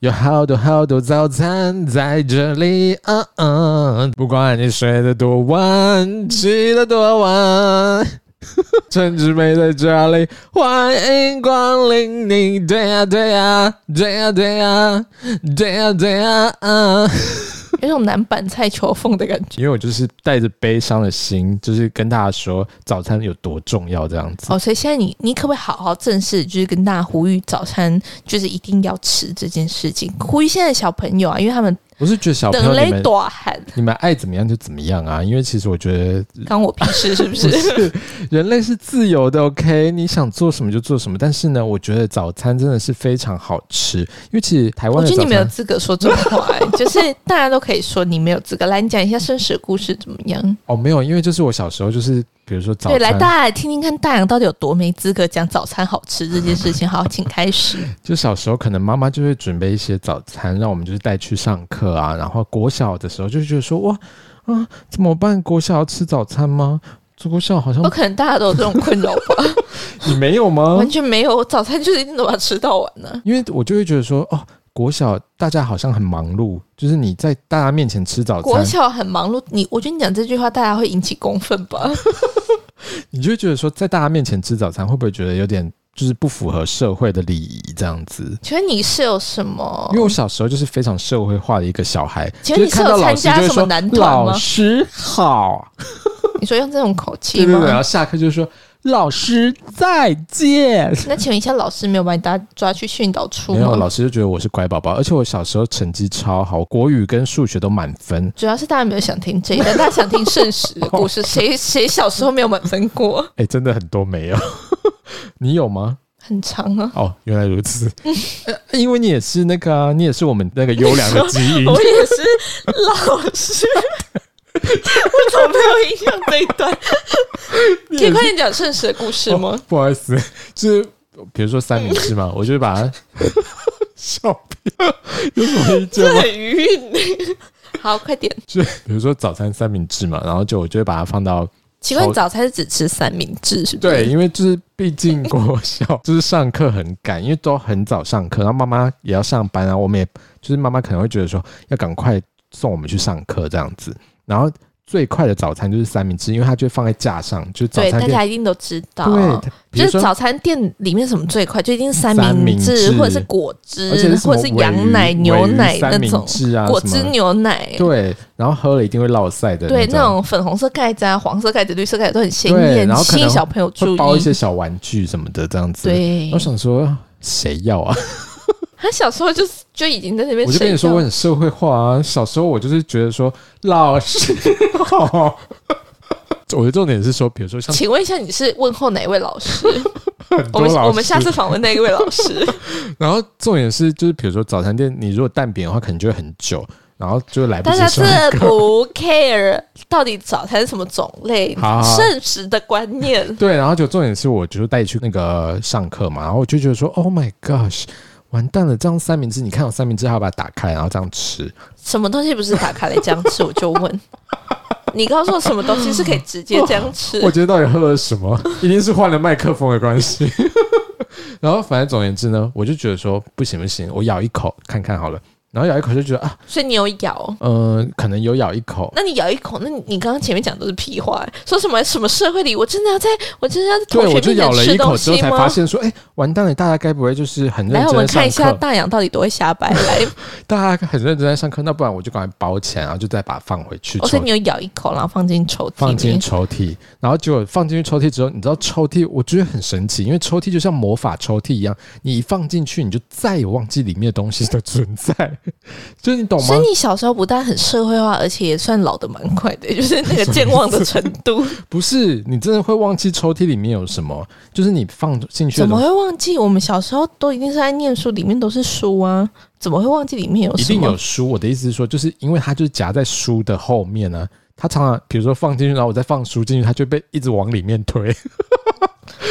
[SPEAKER 1] 有好多好多早餐在这里，嗯嗯，不管你睡得多晚，起得多晚。陈志梅在这里，欢迎光临你。对呀、对呀、对呀、对呀、对呀、对呀、啊！
[SPEAKER 2] 有种南版蔡秋凤的感觉。
[SPEAKER 1] 因为我就是带着悲伤的心，就是跟大家说早餐有多重要这样子。
[SPEAKER 2] 哦，所以现在你你可不可以好好正视，就是跟大家呼吁早餐就是一定要吃这件事情，呼吁现在的小朋友啊，因为他们
[SPEAKER 1] 我是觉得小朋
[SPEAKER 2] 等
[SPEAKER 1] 友你
[SPEAKER 2] 嘞
[SPEAKER 1] 们
[SPEAKER 2] 大喊，
[SPEAKER 1] 你们爱怎么样就怎么样啊，因为其实我觉得
[SPEAKER 2] 关我屁事是不是？ (laughs)
[SPEAKER 1] 人类是 (laughs) 自由的，OK，你想做什么就做什么。但是呢，我觉得早餐真的是非常好吃，因为其实台
[SPEAKER 2] 我
[SPEAKER 1] 湾的
[SPEAKER 2] 觉
[SPEAKER 1] 早
[SPEAKER 2] 得哦你没有
[SPEAKER 1] 餐，
[SPEAKER 2] 资格说这种话、哎 (laughs) 就是大家都可以说你没有资格。来，你讲一下生死故事怎么样？
[SPEAKER 1] 哦，没有，因为就是我小时候就是，比如说早
[SPEAKER 2] 对，来大
[SPEAKER 1] 餐，
[SPEAKER 2] 家来听听看，大洋到底有多没资格讲早餐好吃这件事情。好，请开始。
[SPEAKER 1] 就小时候可能妈妈就会准备一些早餐，让我们就是带去上课啊。然后国小的时候就觉得说，哇啊，怎么办？国小要吃早餐吗？做国小好像
[SPEAKER 2] 不可能大家都有这种困扰吧？
[SPEAKER 1] 你没有吗
[SPEAKER 2] 完？全没哦有，我早餐就是一定都把它吃到完呢、
[SPEAKER 1] 因为我就会觉得说，哦，国小大家好像很忙碌，就是你在大家面前吃早
[SPEAKER 2] 国
[SPEAKER 1] 餐，
[SPEAKER 2] 小很忙碌，你我觉得你讲这句话，大家会引起公愤
[SPEAKER 1] (laughs)
[SPEAKER 2] 吧？
[SPEAKER 1] 你就会觉得说，在大家面前吃早餐，会不会觉得有点就是不符合社会的礼仪这样子？
[SPEAKER 2] 请问你是有什么
[SPEAKER 1] 因为？我小时候就是非常社会化的一个小孩，
[SPEAKER 2] 请
[SPEAKER 1] 就
[SPEAKER 2] 问
[SPEAKER 1] 是
[SPEAKER 2] 你
[SPEAKER 1] 看到
[SPEAKER 2] 是有
[SPEAKER 1] 老
[SPEAKER 2] 参
[SPEAKER 1] 师
[SPEAKER 2] 加
[SPEAKER 1] 就会
[SPEAKER 2] 什么
[SPEAKER 1] 说
[SPEAKER 2] 男团吗
[SPEAKER 1] 老师好，
[SPEAKER 2] 你说用这种口气
[SPEAKER 1] 对对啊
[SPEAKER 2] 吗？
[SPEAKER 1] 对，然后下课就说老师再见。
[SPEAKER 2] 那请问一下，老师没有把你抓抓去训导处
[SPEAKER 1] 没有，
[SPEAKER 2] 吗？
[SPEAKER 1] 老师就觉得我是乖宝宝，而且我小时候成绩超好，国语跟数学都满分。
[SPEAKER 2] 主要是大家没有想听这一段，大家想听圣石的
[SPEAKER 1] (laughs)
[SPEAKER 2] 故事。谁谁小时候没有满分过？
[SPEAKER 1] 哎，真的很多没有， (laughs) 你有吗？
[SPEAKER 2] 很长啊。
[SPEAKER 1] 哦，原来如此。呃因为你也是那个啊、你也是我们那个优良的基因。
[SPEAKER 2] (laughs) 我也是老师，我怎么没有印象这一段？
[SPEAKER 1] (laughs)
[SPEAKER 2] 可以快点讲圣石的故事吗？
[SPEAKER 1] 不好意思，就是比如说三明治
[SPEAKER 2] (laughs)
[SPEAKER 1] 嘛，我就会把它笑屁，有什么意见
[SPEAKER 2] 这
[SPEAKER 1] 吗？
[SPEAKER 2] 很余韵。 (laughs) 好，快点。
[SPEAKER 1] 就是比如说早餐三明治嘛，然后就我就会把它放到
[SPEAKER 2] 奇怪，你早餐是只吃三明治是不是？
[SPEAKER 1] 对，，因为就是毕竟国小就是上课很赶，因为都很早上课，然后妈妈也要上班啊，我们也就是妈妈可能会觉得说要赶快送我们去上课这样子，然后最快的早餐就是三明治，因为它就会放在架上，就是早
[SPEAKER 2] 对，
[SPEAKER 1] 餐
[SPEAKER 2] 大
[SPEAKER 1] 店
[SPEAKER 2] 家一定都知道。
[SPEAKER 1] 对，比
[SPEAKER 2] 就
[SPEAKER 1] 如
[SPEAKER 2] 是
[SPEAKER 1] 说
[SPEAKER 2] 早餐店里面什么最快，就一定是三
[SPEAKER 1] 三明
[SPEAKER 2] 明治
[SPEAKER 1] 治
[SPEAKER 2] 或者是果汁
[SPEAKER 1] 而且是，什么
[SPEAKER 2] 或者是羊
[SPEAKER 1] 鲔
[SPEAKER 2] 奶、
[SPEAKER 1] 鱼
[SPEAKER 2] 牛
[SPEAKER 1] 鲔
[SPEAKER 2] 奶
[SPEAKER 1] 鱼
[SPEAKER 2] 那
[SPEAKER 1] 三明
[SPEAKER 2] 种
[SPEAKER 1] 治啊，
[SPEAKER 2] 果
[SPEAKER 1] 什么
[SPEAKER 2] 汁牛奶。
[SPEAKER 1] 对，然后喝了一定会落腮的，
[SPEAKER 2] 对，那
[SPEAKER 1] 那
[SPEAKER 2] 种粉红色盖子啊、黄色盖子、绿色盖子都很鲜
[SPEAKER 1] 对
[SPEAKER 2] 艳，
[SPEAKER 1] 然后可
[SPEAKER 2] 吸
[SPEAKER 1] 能
[SPEAKER 2] 引小朋友注
[SPEAKER 1] 会包一
[SPEAKER 2] 意。
[SPEAKER 1] 些小玩具什么的这样子。，
[SPEAKER 2] 对
[SPEAKER 1] 我，想说谁要啊？ (laughs)
[SPEAKER 2] 他小时候就是就已经在那边。
[SPEAKER 1] 我就跟你说我，很社会化啊，小时候我就是觉得说老师好。 (laughs) 我的重点是说，比如说像
[SPEAKER 2] (laughs) 请问一下，你是问候哪一位老
[SPEAKER 1] (laughs)
[SPEAKER 2] 师？
[SPEAKER 1] 很多
[SPEAKER 2] 我们
[SPEAKER 1] 老师，
[SPEAKER 2] 我们下次访问那一位老
[SPEAKER 1] (laughs)
[SPEAKER 2] 师。
[SPEAKER 1] 然后重点是就是比如说早餐店，你如果蛋饼的话，可能就会很久，然后就来不
[SPEAKER 2] 大
[SPEAKER 1] 及
[SPEAKER 2] 家
[SPEAKER 1] 上
[SPEAKER 2] 真的不 care 到底早餐是什么种类
[SPEAKER 1] 好，好
[SPEAKER 2] 剩食的观念。
[SPEAKER 1] 对，然后就重点是我就是带去那个上课嘛，然后我就觉得说，Oh my gosh，完蛋了，这样三明治，你看我三明治还要把它打开，然后这样吃，
[SPEAKER 2] 什么东西不是打开来这样吃？我就问，你告诉我什么东西是可以直接这样吃？
[SPEAKER 1] (laughs) 我觉得到底喝了什么，一定是换了麦克风的关系。 (laughs) 然后反正总而言之呢，我就觉得说不行不行，我咬一口看看好了，然后咬一口就觉得啊，
[SPEAKER 2] 所以你有咬。
[SPEAKER 1] 嗯、可能有咬一口，
[SPEAKER 2] 那你咬一口，那你你刚刚前面讲的都是屁话，说什么什么社会里，我真的要在我真的要在同
[SPEAKER 1] 对，我
[SPEAKER 2] 学
[SPEAKER 1] 就
[SPEAKER 2] 面
[SPEAKER 1] 咬了
[SPEAKER 2] 前
[SPEAKER 1] 一
[SPEAKER 2] 吃
[SPEAKER 1] 口
[SPEAKER 2] 东
[SPEAKER 1] 之后
[SPEAKER 2] 西
[SPEAKER 1] 才发
[SPEAKER 2] 吗？ (laughs)
[SPEAKER 1] 现说，哎、完蛋了，大家该不会就是很认
[SPEAKER 2] 来，我
[SPEAKER 1] 真
[SPEAKER 2] 们
[SPEAKER 1] 地
[SPEAKER 2] 看一
[SPEAKER 1] 上
[SPEAKER 2] 下
[SPEAKER 1] 课？
[SPEAKER 2] 大洋到底多会瞎掰。来，
[SPEAKER 1] 大家很认真在上课，那不然我就赶快包起来，然后就再把它放回去。
[SPEAKER 2] 我
[SPEAKER 1] 抽
[SPEAKER 2] 说你有咬一口，然后放进抽屉
[SPEAKER 1] 放
[SPEAKER 2] 里
[SPEAKER 1] 进
[SPEAKER 2] 面。
[SPEAKER 1] 抽屉，然后结果放进去抽屉之后，你知道抽屉，我觉得很神奇，因为抽屉就像魔法抽屉一样，你一放进去，你就再也忘记里面的东
[SPEAKER 2] (laughs)
[SPEAKER 1] 西的存在，就是你懂吗
[SPEAKER 2] 所以？你小时候不但很社会化，而且也算老的蛮快的， (laughs) 就是那个健忘的程 (laughs) 度。
[SPEAKER 1] 不是，你真的会忘记抽屉里面有什么，就是你放进去的
[SPEAKER 2] 怎么
[SPEAKER 1] 东西
[SPEAKER 2] 会忘记？我们小时候都一定是在念书，里面都是书啊，怎么会忘记里面有啊
[SPEAKER 1] 一
[SPEAKER 2] 什
[SPEAKER 1] 定
[SPEAKER 2] 么？
[SPEAKER 1] 有书。我的意思是说，就是因为它就是夹在书的后面呢、它常常比如说放进去，然后我再放书进去，它就被一直往里面推。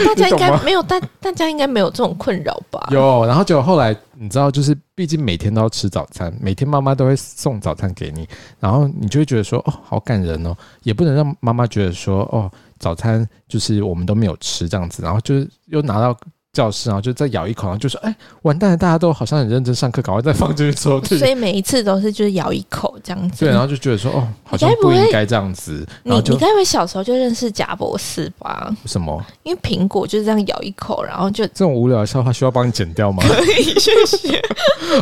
[SPEAKER 2] 大家应
[SPEAKER 1] 你懂
[SPEAKER 2] 该
[SPEAKER 1] 吗
[SPEAKER 2] 没有，大大家应该没有这种困扰吧？
[SPEAKER 1] 有，然后结果后来你知道，就是毕竟每天都要吃早餐，每天妈妈都会送早餐给你，然后你就会觉得说，哦，好感人哦，也不能让妈妈觉得说，哦，早餐就是我们都没有吃这样子，然后就是又拿到教室，然后就再咬一口，然后就说，哎，完蛋了，大家都好像很认真上课，赶快再放进去抽
[SPEAKER 2] 所
[SPEAKER 1] 屉。
[SPEAKER 2] 以每一次都是啊就是咬一口这样子。
[SPEAKER 1] 对，然后就觉得说，哦，好像
[SPEAKER 2] 你该
[SPEAKER 1] 不
[SPEAKER 2] 不会
[SPEAKER 1] 应该这样子，然
[SPEAKER 2] 你
[SPEAKER 1] 后就
[SPEAKER 2] 你该不会小时候就认识贾博士吧？
[SPEAKER 1] 什么
[SPEAKER 2] 因为苹果就是这样咬一口，然后就
[SPEAKER 1] (laughs) 这种无聊的笑话需要帮你剪掉吗？
[SPEAKER 2] 可以谢谢。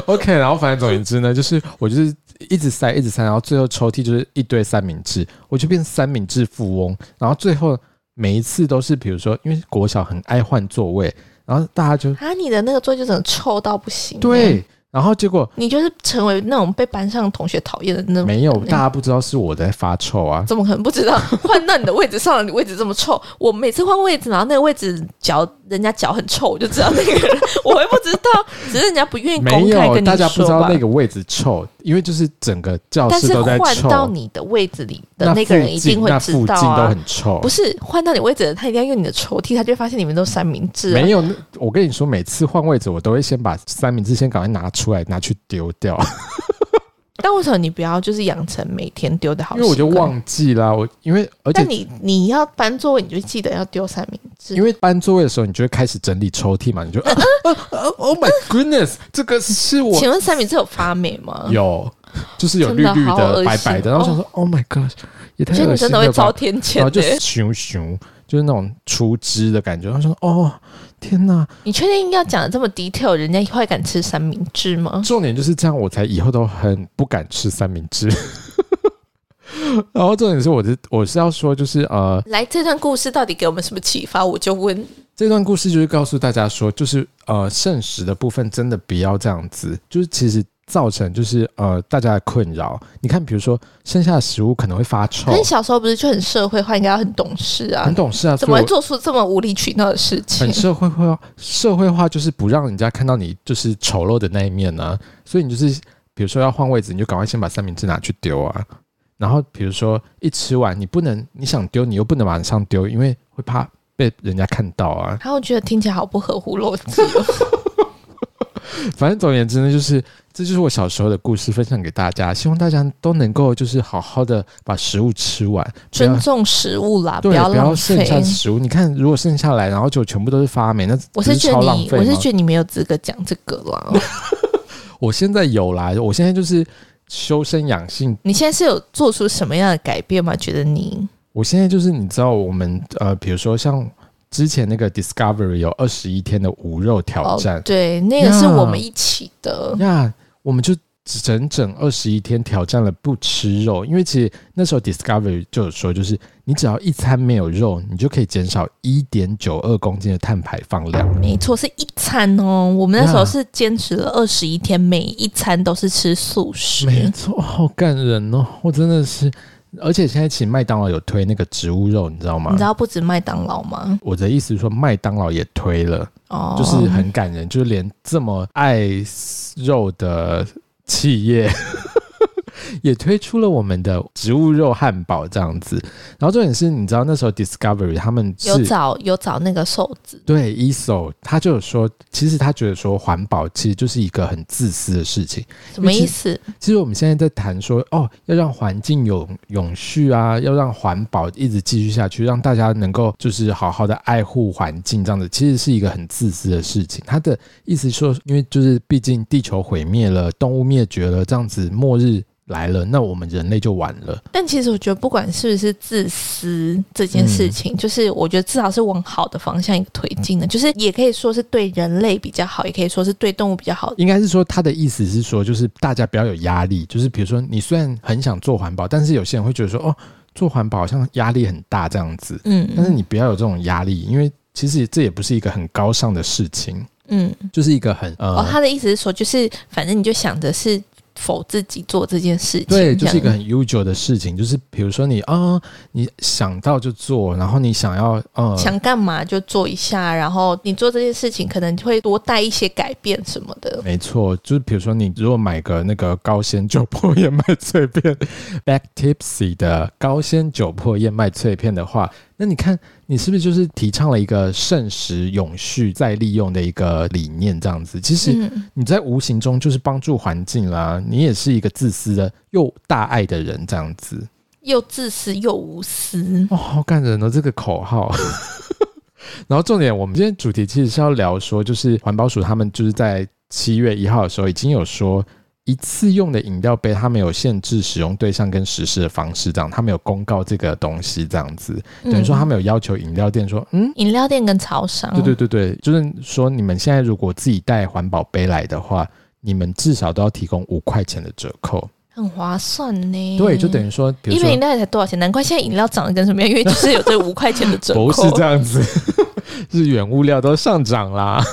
[SPEAKER 1] OK，然后反正总而言之呢，就是我就是一直塞，一直塞，然后最后抽屉就是一堆三明治，我就变三明治富翁。然后最后每一次都是，比如说，因为国小很爱换座位，然后大家就
[SPEAKER 2] 啊，你的那个座就整个臭到不行。，欸
[SPEAKER 1] 对，然后结果
[SPEAKER 2] 你就是成为那种被班上同学讨厌的那种。
[SPEAKER 1] 没有，大家不知道是我在发臭啊。
[SPEAKER 2] 怎么可能不知道？换到你的位置上，你位置这么臭，我每次换位置，然后那个位置脚人家脚很臭，我就知道那个人， (laughs) 我会不知道，只是人家不愿意
[SPEAKER 1] 没
[SPEAKER 2] 公开
[SPEAKER 1] 有，啊
[SPEAKER 2] 跟你
[SPEAKER 1] 大家不知
[SPEAKER 2] 说
[SPEAKER 1] 道
[SPEAKER 2] 吧。
[SPEAKER 1] 那个位置臭，因为就是整个教
[SPEAKER 2] 但
[SPEAKER 1] 室
[SPEAKER 2] 是
[SPEAKER 1] 都在
[SPEAKER 2] 换
[SPEAKER 1] 臭。
[SPEAKER 2] 到你的位置里的
[SPEAKER 1] 那
[SPEAKER 2] 那个人一
[SPEAKER 1] 附近
[SPEAKER 2] 定会
[SPEAKER 1] 那
[SPEAKER 2] 知
[SPEAKER 1] 附
[SPEAKER 2] 道
[SPEAKER 1] 近都
[SPEAKER 2] 啊，
[SPEAKER 1] 很臭，
[SPEAKER 2] 不是换到你位置的，他一定要用你的抽屉，他就会发现里面都是三明治、啊
[SPEAKER 1] 没。有，那我跟你说，每次换位置，我都会先把三明治先赶快拿出来，拿去丢掉。
[SPEAKER 2] 但为什么你不要就是养成每天丢的好
[SPEAKER 1] 因
[SPEAKER 2] 习
[SPEAKER 1] 为
[SPEAKER 2] 惯？
[SPEAKER 1] 我就。忘记啦，我因为而且
[SPEAKER 2] 但你你要搬座位，你就记得要丢三明治
[SPEAKER 1] 因。为搬座位的时候，你就会开始整理抽屉嘛，你就、
[SPEAKER 2] (laughs)
[SPEAKER 1] 啊啊啊 Oh my goodness，这个是我
[SPEAKER 2] 请问三明治有发霉吗？
[SPEAKER 1] 有，就是有绿
[SPEAKER 2] 真
[SPEAKER 1] 绿
[SPEAKER 2] 的好
[SPEAKER 1] 的、
[SPEAKER 2] 恶心哦
[SPEAKER 1] 白白的，然后想说 Oh my god，也太
[SPEAKER 2] 所以
[SPEAKER 1] 恶
[SPEAKER 2] 你
[SPEAKER 1] 心
[SPEAKER 2] 真的会
[SPEAKER 1] 了
[SPEAKER 2] 遭
[SPEAKER 1] 吧，
[SPEAKER 2] 天
[SPEAKER 1] 然
[SPEAKER 2] 谴
[SPEAKER 1] 后
[SPEAKER 2] 的
[SPEAKER 1] 就
[SPEAKER 2] 欸、
[SPEAKER 1] 熊熊，就是那种出汁的感觉，然后说哦天哪，
[SPEAKER 2] 你确定要讲的这么 detail，人家会敢吃三明治吗？
[SPEAKER 1] 重点就是这样，我才以后都很不敢吃三明治。 (laughs) 然后重点是我的，我是要说，就是呃，
[SPEAKER 2] 来，这段故事到底给我们什么启发？我就问，
[SPEAKER 1] 这段故事就是告诉大家说，就是呃，剩食的部分真的不要这样子，就是其实造成就是呃大家的困扰。你看，比如说剩下的食物可能会发臭
[SPEAKER 2] 可，是小时候不是就很社会化，应该要很懂事啊
[SPEAKER 1] 很，懂事啊，
[SPEAKER 2] 怎么
[SPEAKER 1] 所以
[SPEAKER 2] 会
[SPEAKER 1] 我
[SPEAKER 2] 做出这么无理取闹的事情
[SPEAKER 1] 很？社会化，社会化就是不让人家看到你就是丑陋的那一面啊，所以你就是比如说要换位置，你就赶快先把三明治拿去丢啊。然后比如说一吃完，你不能你想丢，你又不能马上丢，因为会怕被人家看到啊。
[SPEAKER 2] 然后我觉得听起来好不合乎逻辑哦。
[SPEAKER 1] 反正总而言之呢，就是这就是我小时候的故事，分享给大家，希望大家都能够就是好好的把食物吃完，不要
[SPEAKER 2] 尊重食物啦，
[SPEAKER 1] 对，
[SPEAKER 2] 要
[SPEAKER 1] 不要
[SPEAKER 2] 浪
[SPEAKER 1] 剩
[SPEAKER 2] 费
[SPEAKER 1] 下。食物。你看，如果剩下来，然后就全部都是发霉，那
[SPEAKER 2] 我
[SPEAKER 1] 不
[SPEAKER 2] 是
[SPEAKER 1] 是
[SPEAKER 2] 觉
[SPEAKER 1] 超
[SPEAKER 2] 得
[SPEAKER 1] 浪
[SPEAKER 2] 你，
[SPEAKER 1] 费
[SPEAKER 2] 我是
[SPEAKER 1] 吗？ (laughs)
[SPEAKER 2] 觉得你没有资格讲这个啦。
[SPEAKER 1] 我现在有啦，我现在就是修身养性。
[SPEAKER 2] 你现在是有做出什么样的改变吗？觉得你
[SPEAKER 1] 我现在就是你知道，我们呃，比如说像之前那个 Discovery 有二十一天的无肉挑战
[SPEAKER 2] 哦对，那个是
[SPEAKER 1] 呀
[SPEAKER 2] 我们一起的。
[SPEAKER 1] 呀我们就整整二十一天挑战了不吃肉，因为其实那时候 Discovery 就有说，就是你只要一餐没有肉，你就可以减少一点九二公斤的碳排放量。
[SPEAKER 2] 没错，是一餐哦。我们那时候
[SPEAKER 1] 呀
[SPEAKER 2] 是坚持了二十一天，每一餐都是吃素食。
[SPEAKER 1] 没错，好感人哦！我真的是，而且现在其实麦当劳有推那个植物肉，你知道吗？
[SPEAKER 2] 你知道不止麦当劳吗？
[SPEAKER 1] 我的意思是说，麦当劳也推了，
[SPEAKER 2] 哦，
[SPEAKER 1] 就是很感人，就是连这么爱肉的企业 (laughs) 也推出了我们的植物肉汉堡这样子。然后重点是，你知道那时候 Discovery 他们
[SPEAKER 2] 有
[SPEAKER 1] 是。
[SPEAKER 2] 找有找那个瘦子，
[SPEAKER 1] 对 e s o 他就有说，其实他觉得说环保其实就是一个很自私的事情，
[SPEAKER 2] 什么意思？
[SPEAKER 1] 其实我们现在在谈说，哦，要让环境永永续啊，要让环保一直继续下去，让大家能够就是好好的爱护环境，这样子其实是一个很自私的事情。他的意思说，因为就是毕竟地球毁灭了，动物灭绝了，这样子末日来了，那我们人类就完了。
[SPEAKER 2] 但其实我觉得，不管是不是自私这件
[SPEAKER 1] 嗯
[SPEAKER 2] 事情，就是我觉得至少是往好的方向一个推进的，就是也可以说是对人类比较好，也可以说是对动物比较好。
[SPEAKER 1] 应该是说他的意思是说，就是大家不要有压力，就是比如说你虽然很想做环保，但是有些人会觉得说，哦，做环保好像压力很大这样子。但是
[SPEAKER 2] 嗯
[SPEAKER 1] 你不要有这种压力，因为其实这也不是一个很高尚的事情，
[SPEAKER 2] 嗯，
[SPEAKER 1] 就是一个很呃，
[SPEAKER 2] 哦，他的意思是说，就是反正你就想着是否自己做这件事情，
[SPEAKER 1] 对，就
[SPEAKER 2] 这样
[SPEAKER 1] 是一个很 usual 的事情，就是比如说你啊、你想到就做，然后你想要呃，
[SPEAKER 2] 想干嘛就做一下，然后你做这件事情可能会多带一些改变什么的。
[SPEAKER 1] 没错，就是比如说你如果买个那个高纤酒粕燕麦脆片 （Back Tipsy） 的高纤酒粕燕麦脆片的话，那你看你是不是就是提倡了一个剩食、永续再利用的一个理念？这样子，其实
[SPEAKER 2] 嗯，
[SPEAKER 1] 你在无形中就是帮助环境啦，你也是一个自私的又大爱的人，这样子
[SPEAKER 2] 又自私又无私。
[SPEAKER 1] 哦，好感人哦，这个口号。 (laughs) 然后重点，我们今天主题其实是要聊说，就是环保署他们就是在七月一号的时候已经有说，一次用的饮料杯他们有限制使用对象跟实施的方式，这样他们有公告这个东西，这样子等于说他
[SPEAKER 2] 嗯
[SPEAKER 1] 们有要求饮料店说，嗯，
[SPEAKER 2] 饮料店跟超商，
[SPEAKER 1] 对对对对，就是说你们现在如果自己带环保杯来的话，你们至少都要提供五块钱的折扣。
[SPEAKER 2] 很划算呢。
[SPEAKER 1] 对，就等于说，比
[SPEAKER 2] 一
[SPEAKER 1] 如
[SPEAKER 2] 杯饮
[SPEAKER 1] 说
[SPEAKER 2] 料才多少钱？难怪现在饮料涨得跟什么样，因为就是有这五块钱的折扣。
[SPEAKER 1] 不是这样子， (laughs) 日元物料都上涨啦。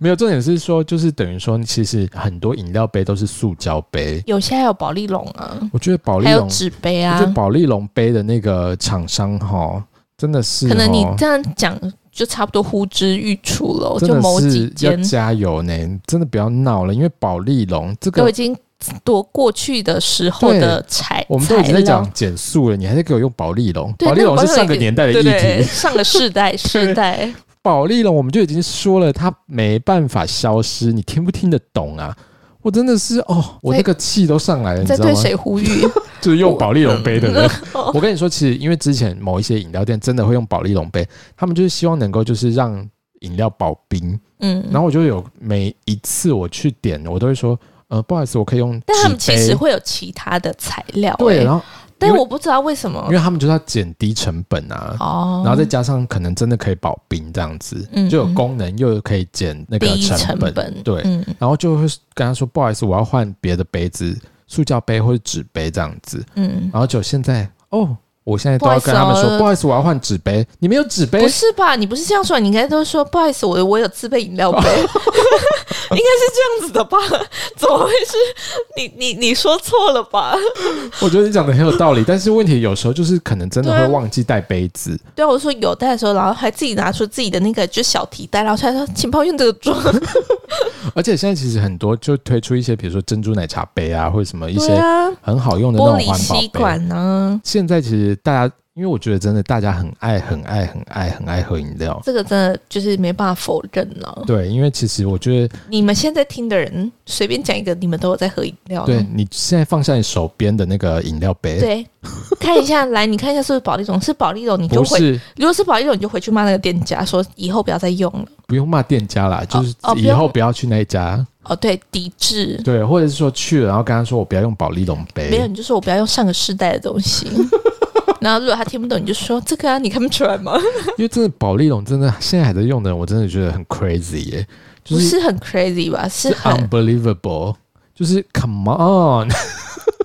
[SPEAKER 1] 没有，重点是说，就是等于说，其实很多饮料杯都是塑胶杯。
[SPEAKER 2] 有些还有保丽龙啊，
[SPEAKER 1] 我觉得宝丽
[SPEAKER 2] 还有
[SPEAKER 1] 龙，
[SPEAKER 2] 纸杯
[SPEAKER 1] 我
[SPEAKER 2] 啊
[SPEAKER 1] 觉，得宝丽龙杯的那个厂商哈，真的是
[SPEAKER 2] 可能你
[SPEAKER 1] 齁
[SPEAKER 2] 这样讲就差不多呼之欲出了，
[SPEAKER 1] 真
[SPEAKER 2] 就某
[SPEAKER 1] 的
[SPEAKER 2] 几
[SPEAKER 1] 是要
[SPEAKER 2] 间
[SPEAKER 1] 加油呢，真的不要闹了，因为宝丽龙这
[SPEAKER 2] 都
[SPEAKER 1] 个
[SPEAKER 2] 已经夺过去的时候的材
[SPEAKER 1] 我们都已经在
[SPEAKER 2] 材料
[SPEAKER 1] 讲减速了，你还在给我用宝丽龙？
[SPEAKER 2] 对
[SPEAKER 1] 宝丽龙
[SPEAKER 2] 那个
[SPEAKER 1] 是
[SPEAKER 2] 宝丽
[SPEAKER 1] 上
[SPEAKER 2] 龙
[SPEAKER 1] 个年代的议
[SPEAKER 2] 对对，
[SPEAKER 1] 题。
[SPEAKER 2] 上个世代世代，
[SPEAKER 1] 宝丽龙我们就已经说了，它没办法消失，你听不听得懂啊？我真的是哦，我
[SPEAKER 2] 在
[SPEAKER 1] 那个气都上来了，你
[SPEAKER 2] 在
[SPEAKER 1] 知道
[SPEAKER 2] 对
[SPEAKER 1] 吗？
[SPEAKER 2] 谁呼吁？
[SPEAKER 1] 就是用宝丽龙杯的人。
[SPEAKER 2] 哦
[SPEAKER 1] 我跟你说，其实因为之前某一些饮料店真的会用宝丽龙杯，他们就是希望能够就是让饮料保冰。
[SPEAKER 2] (laughs) 嗯，
[SPEAKER 1] 然后我就有每一次我去点，我都会说，呃，不好意思，我可以用纸杯。
[SPEAKER 2] 但他们其实会有其他的材料、
[SPEAKER 1] 对，
[SPEAKER 2] 欸
[SPEAKER 1] 然后
[SPEAKER 2] 但
[SPEAKER 1] 因为
[SPEAKER 2] 我不知道为什么
[SPEAKER 1] 因为他们就是要减低成本啊。
[SPEAKER 2] 哦，
[SPEAKER 1] 然后再加上可能真的可以保冰这样子，
[SPEAKER 2] 嗯
[SPEAKER 1] 就有功能又可以减那个
[SPEAKER 2] 低
[SPEAKER 1] 成本，
[SPEAKER 2] 本，
[SPEAKER 1] 对
[SPEAKER 2] 嗯，
[SPEAKER 1] 然后就会跟他说不好意思，我要换别的杯子，塑胶杯或者纸杯这样子。
[SPEAKER 2] 嗯，
[SPEAKER 1] 然后就现在哦，我现在都要跟
[SPEAKER 2] 不好
[SPEAKER 1] 他
[SPEAKER 2] 意思哦
[SPEAKER 1] 们说不好意思，我要换纸杯，你们有纸杯
[SPEAKER 2] 不？是吧？你不是这样说，你应该都说不好意思，我我有自备饮 (laughs) 料杯，应该是这样子的吧？怎么会是 (laughs) 你你你说错了吧？
[SPEAKER 1] 我觉得你讲的很有道理，但是问题有时候就是可能真的
[SPEAKER 2] 对啊
[SPEAKER 1] 会忘记带杯子，
[SPEAKER 2] 对啊，我说有带的时候，然后还自己拿出自己的那个就小提袋，然后出来说，请帮我用这个装。
[SPEAKER 1] 而且现在其实很多就推出一些，比如说珍珠奶茶杯啊，或者什么一
[SPEAKER 2] 对
[SPEAKER 1] 些
[SPEAKER 2] 啊，
[SPEAKER 1] 很好用的那
[SPEAKER 2] 玻
[SPEAKER 1] 种
[SPEAKER 2] 璃
[SPEAKER 1] 环
[SPEAKER 2] 吸
[SPEAKER 1] 保杯。
[SPEAKER 2] 管啊呢、
[SPEAKER 1] 现在其实大家，因为我觉得真的大家很爱、很爱、很爱、很爱喝饮料。
[SPEAKER 2] 这个真的就是没办法否认了、
[SPEAKER 1] 对，因为其实我觉得，
[SPEAKER 2] 你们现在听的人，随便讲一个，你们都有在喝饮料呢。
[SPEAKER 1] 对你现在放下你手边的那个饮料杯，
[SPEAKER 2] 对，看一下，来，你看一下是不是保利龙？是保利龙，你就
[SPEAKER 1] 不
[SPEAKER 2] 回；
[SPEAKER 1] 是
[SPEAKER 2] 如果是保利龙，你就回去骂那个店家，说以后不要再用了。
[SPEAKER 1] 不用骂店家啦，就是
[SPEAKER 2] 哦不
[SPEAKER 1] 以
[SPEAKER 2] 用
[SPEAKER 1] 后不要去那一家。
[SPEAKER 2] 哦，对，抵制。
[SPEAKER 1] 对，或者是说去了，然后跟他说我不要用保利龙杯，
[SPEAKER 2] (laughs) 没有，你就说我不要用上个世代的
[SPEAKER 1] (laughs)
[SPEAKER 2] 东西。然后如果他听不懂，你就说这个啊，你看不出来吗？
[SPEAKER 1] 因为真的保利龙真的现在还在用的人，我真的觉得很 crazy 耶、就
[SPEAKER 2] 不
[SPEAKER 1] 是
[SPEAKER 2] 是很 crazy 吧？是很
[SPEAKER 1] unbelievable，就是 come on。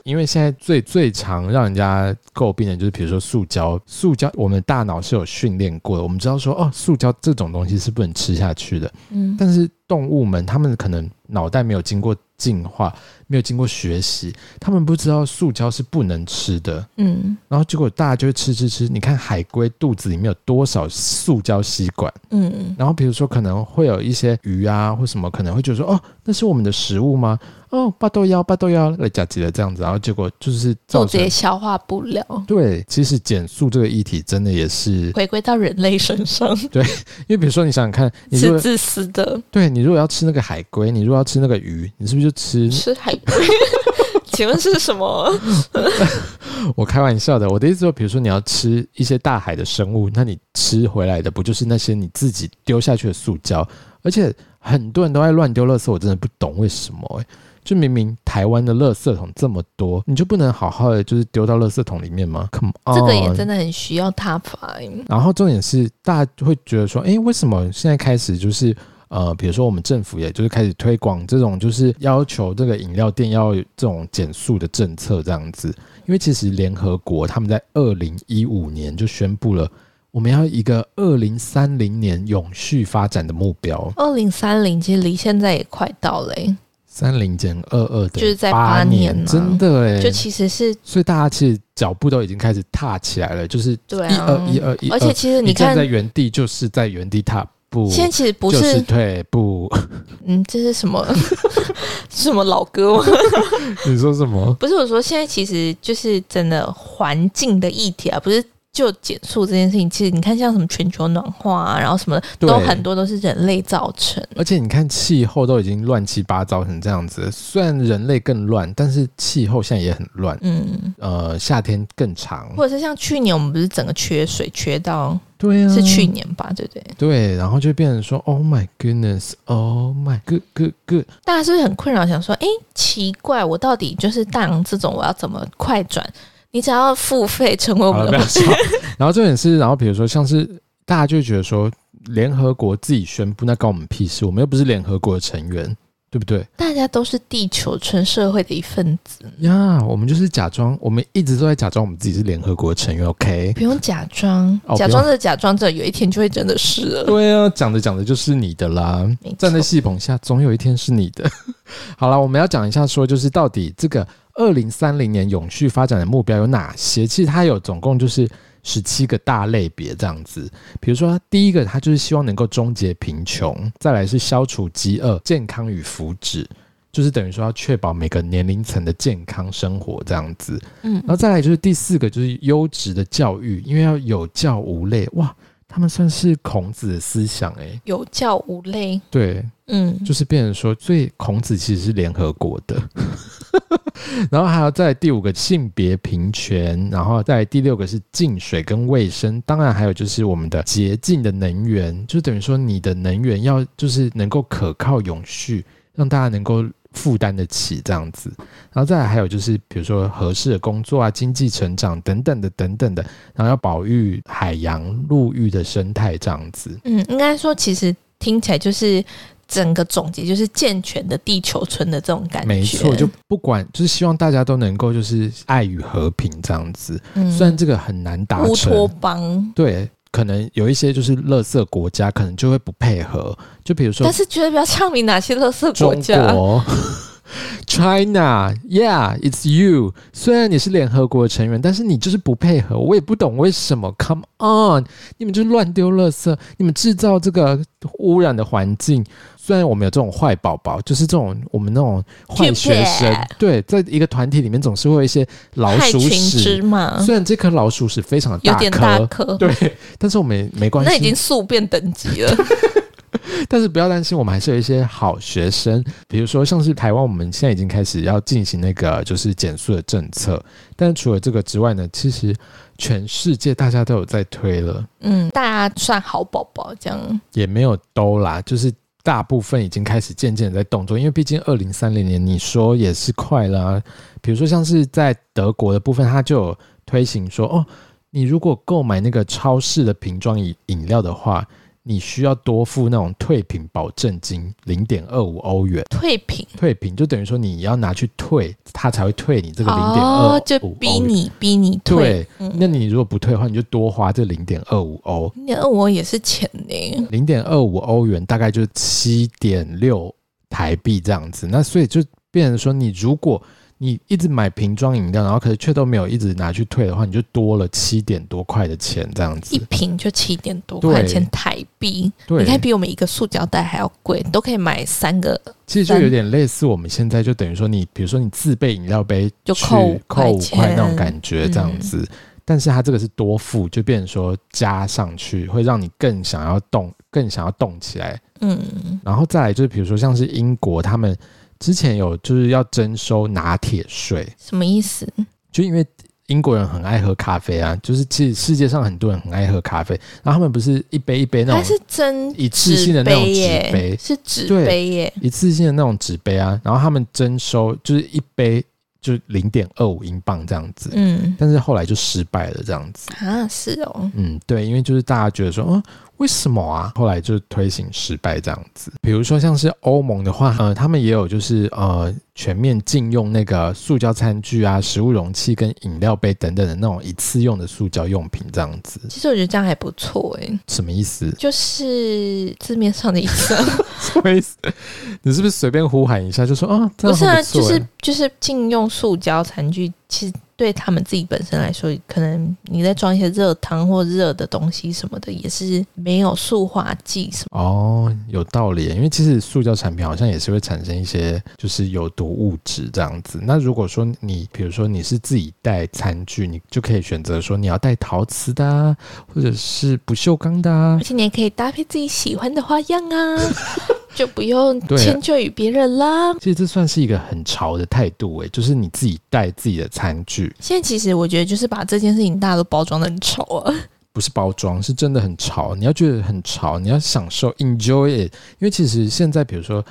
[SPEAKER 1] 因 (laughs) 为现在最最常让人家诟病的就是，比如说塑胶，塑胶我们的大脑是有训练过的，我们知道说哦，塑胶这种东西是不能吃下去的。
[SPEAKER 2] 嗯，
[SPEAKER 1] 但是动物们，它们可能脑袋没有经过进化，没有经过学习，他们不知道塑胶是不能吃的。
[SPEAKER 2] 嗯
[SPEAKER 1] 然后结果大家就会吃吃吃，你看海龟肚子里面有多少塑胶吸管？
[SPEAKER 2] 嗯，
[SPEAKER 1] 然后比如说可能会有一些鱼啊或什么，可能会觉得说哦，那是我们的食物吗？哦，巴豆腰，巴豆腰来夹起了这样子，然后结果就是造
[SPEAKER 2] 肚子
[SPEAKER 1] 成
[SPEAKER 2] 也消化不了，
[SPEAKER 1] 对，其实减速这个议题真的也是，因
[SPEAKER 2] 回归到人类身上
[SPEAKER 1] 为比如说你想想看，你如
[SPEAKER 2] 是
[SPEAKER 1] 果
[SPEAKER 2] 自私的，
[SPEAKER 1] 对你如果要吃那个海龟，你如果要吃那个鱼，你是不是就吃？
[SPEAKER 2] 是
[SPEAKER 1] (laughs)
[SPEAKER 2] 海龟。请问是什么？
[SPEAKER 1] 哦我开玩笑的，我的意思说，比如说你要吃一些大海的生物，那你吃回来的不就是那些你自己丢下去的塑胶？而且很多人都爱乱丢垃圾，我真的不懂为什么、欸。就明明台湾的垃圾桶这么多，你就不能好好的就是丢到垃圾桶里面吗？Come on，
[SPEAKER 2] 这个也真的很需要欸他发音。
[SPEAKER 1] 然后重点是，大家会觉得说，诶，为什么现在开始就是呃，比如说我们政府也就是开始推广这种，就是要求这个饮料店要有这种减速的政策这样子？因为其实联合国他们在二零一五年就宣布了，我们要一个二零三零年永续发展的目标，
[SPEAKER 2] 二零三零其实离现在也快到了、欸，
[SPEAKER 1] 三零减二二的
[SPEAKER 2] 就是在
[SPEAKER 1] 八
[SPEAKER 2] 八年啊
[SPEAKER 1] 真的
[SPEAKER 2] 就
[SPEAKER 1] 诶。
[SPEAKER 2] 其实是
[SPEAKER 1] 所以大家其实脚步都已经开始踏起来了，就是
[SPEAKER 2] 对
[SPEAKER 1] 一
[SPEAKER 2] 啊
[SPEAKER 1] 二，一二一二，
[SPEAKER 2] 而且其实
[SPEAKER 1] 你
[SPEAKER 2] 你
[SPEAKER 1] 站
[SPEAKER 2] 看
[SPEAKER 1] 在，原地就是在原地踏步。
[SPEAKER 2] 现在其实不
[SPEAKER 1] 就是退
[SPEAKER 2] (laughs)
[SPEAKER 1] 步。
[SPEAKER 2] 嗯，这是什么 (laughs) 是什么老歌吗？
[SPEAKER 1] 你说什么？
[SPEAKER 2] (laughs) 不是我说，现在其实就是真的环境的议题啊，不是就减速这件事情。其实你看，像什么全球暖化啊，然后什么的，
[SPEAKER 1] 对
[SPEAKER 2] 都很多都是人类造成。
[SPEAKER 1] 而且你看气候都已经乱七八糟成这样子了，虽然人类更乱，但是气候现在也很乱。
[SPEAKER 2] 嗯，
[SPEAKER 1] 呃，夏天更长，
[SPEAKER 2] 或者是像去年我们不是整个缺水缺到
[SPEAKER 1] 对啊，
[SPEAKER 2] 是去年吧，对不对？
[SPEAKER 1] 对，然后就变成说，Oh my goodness，Oh my good good good，
[SPEAKER 2] 大家是不是很困扰，想说，诶，奇怪，我到底就是大洋这种，我要怎么快转？你只要付费成为我
[SPEAKER 1] 好了，不
[SPEAKER 2] 们的
[SPEAKER 1] 要
[SPEAKER 2] (laughs)
[SPEAKER 1] 笑。然后重点是，然后比如说像是大家就会觉得说，联合国自己宣布，那关我们屁事，我们又不是联合国的成员，对不对？
[SPEAKER 2] 大家都是地球村社会的一份子，
[SPEAKER 1] 呀、我们就是假装，我们一直都在假装我们自己是联合国的成员，OK？
[SPEAKER 2] 不用假装，
[SPEAKER 1] 哦
[SPEAKER 2] 假
[SPEAKER 1] 不用
[SPEAKER 2] 装着假装着，有一天就会真的是了。
[SPEAKER 1] 对啊，讲着讲着就是你嗯的啦。
[SPEAKER 2] 没
[SPEAKER 1] 站在
[SPEAKER 2] 错
[SPEAKER 1] 戏棚下，总有一天是你的。 (laughs) 好啦，我们要讲一下说，就是到底这个二零三零年永续发展的目标有哪些？其实它有总共就是十七个大类别这样子。比如说，第一个，它就是希望能够终结贫穷，再来是消除饥饿、健康与福祉。就是等于说要确保每个年龄层的健康生活这样子，
[SPEAKER 2] 嗯
[SPEAKER 1] 然，后再来就是第四个，就是优质的教育，因为要有教无类。哇，他们算是孔子的思想诶、
[SPEAKER 2] 有教无类。
[SPEAKER 1] 对，
[SPEAKER 2] 嗯，
[SPEAKER 1] 就是变成说，所以孔子其实是联合国的。 (laughs) 然后还有再来第五个性别平权，然后再来第六个是净水跟卫生，当然还有就是我们的洁净的能源，就等于说你的能源要就是能够可靠永续，让大家能够负担得起这样子。然后再来还有就是比如说合适的工作啊、经济成长等等的等等的，然后要保育海洋陆域的生态这样子。
[SPEAKER 2] 嗯，应该说其实听起来就是整个总结就是健全的地球村的这种感觉。
[SPEAKER 1] 没错，就不管就是希望大家都能够就是爱与和平这样子，
[SPEAKER 2] 嗯
[SPEAKER 1] 虽然这个很难达
[SPEAKER 2] 乌托
[SPEAKER 1] 成，
[SPEAKER 2] 邦，
[SPEAKER 1] 对，可能有一些就是垃圾国家可能就会不配合，就比如说
[SPEAKER 2] 但是绝对不要唱明哪些垃圾国
[SPEAKER 1] 中
[SPEAKER 2] 家。
[SPEAKER 1] (laughs)
[SPEAKER 2] 啊
[SPEAKER 1] 国。China，yeah，it's you。虽然你是联合国成员，但是你就是不配合，我也不懂为什么。Come on，你们就乱丢垃圾，你们制造这个污染的环境。虽然我们有这种坏宝宝，就是这种我们那种坏学生
[SPEAKER 2] Pupil，
[SPEAKER 1] 对，在一个团体里面总是会有一些老
[SPEAKER 2] 害
[SPEAKER 1] 鼠
[SPEAKER 2] 群
[SPEAKER 1] 屎
[SPEAKER 2] 之。马，
[SPEAKER 1] 虽然这颗老鼠屎非常的
[SPEAKER 2] 有
[SPEAKER 1] 大
[SPEAKER 2] 点大
[SPEAKER 1] 颗，
[SPEAKER 2] 颗，
[SPEAKER 1] 对，但是我们也没关
[SPEAKER 2] 那已
[SPEAKER 1] 系
[SPEAKER 2] 经，宿便等级了。
[SPEAKER 1] 但是不要担心，我们还是有一些好学生，比如说像是台湾，我们现在已经开始要进行那个就是减速的政策。但除了这个之外呢，其实全世界大家都有在推了，
[SPEAKER 2] 嗯，大家算好宝宝这样。
[SPEAKER 1] 也没有都啦，就是大部分已经开始渐渐地在动作，因为毕竟二零三零年你说也是快了、啊，比如说像是在德国的部分，它就有推行说，哦，你如果购买那个超市的瓶装饮饮料的话，你需要多付那种退品保证金零点二五欧元。
[SPEAKER 2] 退品
[SPEAKER 1] 退品就等于说你要拿去退，它才会退你这个零点二
[SPEAKER 2] 哦，就逼你逼你退嗯
[SPEAKER 1] 对，，那你如果不退的话，你就多花这零点二五欧。
[SPEAKER 2] 你二我也是钱呢，
[SPEAKER 1] 零点二五欧元大概就是七点六台币这样子。那所以就变成说，你如果你一直买瓶装饮料，然后可是却都没有一直拿去退的话，你就多了七点多块的钱这样
[SPEAKER 2] 一
[SPEAKER 1] 子。
[SPEAKER 2] 瓶就七点多
[SPEAKER 1] 对
[SPEAKER 2] 块钱台币，
[SPEAKER 1] 对
[SPEAKER 2] 你看比我们一个塑胶袋还要贵，都可以买三个
[SPEAKER 1] 其实就有点类似我们现在就等于说你，比如说你自备饮料杯
[SPEAKER 2] 就
[SPEAKER 1] 去
[SPEAKER 2] 扣五
[SPEAKER 1] 扣
[SPEAKER 2] 块
[SPEAKER 1] 五块
[SPEAKER 2] 钱
[SPEAKER 1] 那种感觉这样
[SPEAKER 2] 嗯
[SPEAKER 1] 子。但是它这个是多付，就变成说加上去，会让你更想要动，更想要动起来。
[SPEAKER 2] 嗯，
[SPEAKER 1] 然后再来就是，比如说像是英国，他们之前有就是要征收拿铁税，
[SPEAKER 2] 什么意思？
[SPEAKER 1] 就因为英国人很爱喝咖啡啊，就是其实世界上很多人很爱喝咖啡，然后他们不是一杯一杯那
[SPEAKER 2] 它
[SPEAKER 1] 种
[SPEAKER 2] 是真
[SPEAKER 1] 一次性的那种
[SPEAKER 2] 纸
[SPEAKER 1] 纸杯
[SPEAKER 2] 耶，是纸
[SPEAKER 1] 对
[SPEAKER 2] 杯耶，
[SPEAKER 1] 一次性的那种纸杯啊，然后他们征收就是一杯就零点二五英镑这样子，
[SPEAKER 2] 嗯
[SPEAKER 1] 但是后来就失败了这样子。
[SPEAKER 2] 啊，是哦，
[SPEAKER 1] 嗯，对，因为就是大家觉得说，嗯，为什么啊？后来就推行失败这样子。比如说像是欧盟的话，呃，他们也有就是呃全面禁用那个塑胶餐具啊、食物容器跟饮料杯等等的那种一次用的塑胶用品这样子。
[SPEAKER 2] 其实我觉得这样还不错哎，？
[SPEAKER 1] 什么意思 (laughs)
[SPEAKER 2] 就是字面上的意思啊，
[SPEAKER 1] 什么意思？你是不是随便呼喊一下就说啊？这
[SPEAKER 2] 不
[SPEAKER 1] 样
[SPEAKER 2] 是
[SPEAKER 1] 很
[SPEAKER 2] 啊，
[SPEAKER 1] 不
[SPEAKER 2] 就
[SPEAKER 1] 错
[SPEAKER 2] 是
[SPEAKER 1] 欸
[SPEAKER 2] 就是禁用塑胶餐具，其实对他们自己本身来说，可能你在装一些热汤或热的东西什么的，也是没有塑化剂什么。
[SPEAKER 1] 哦，有道理耶，因为其实塑胶产品好像也是会产生一些就是有毒物质这样子。那如果说你，比如说你是自己带餐具，你就可以选择说你要带陶瓷的、啊，或者是不锈钢的、啊 (laughs)
[SPEAKER 2] 而。且你也可以搭配自己喜欢的花样啊，就不用
[SPEAKER 1] 对啊
[SPEAKER 2] 迁就于别人啦。
[SPEAKER 1] 其实这算是一个很潮的态度诶，就是你自己带自己的餐具，
[SPEAKER 2] 现在其实我觉得就是把这件事情大家都包装的很丑
[SPEAKER 1] (laughs)
[SPEAKER 2] 啊，
[SPEAKER 1] 不是包装，是真的很潮。你要觉得很潮，你要享受 enjoy it，因为其实现在比如说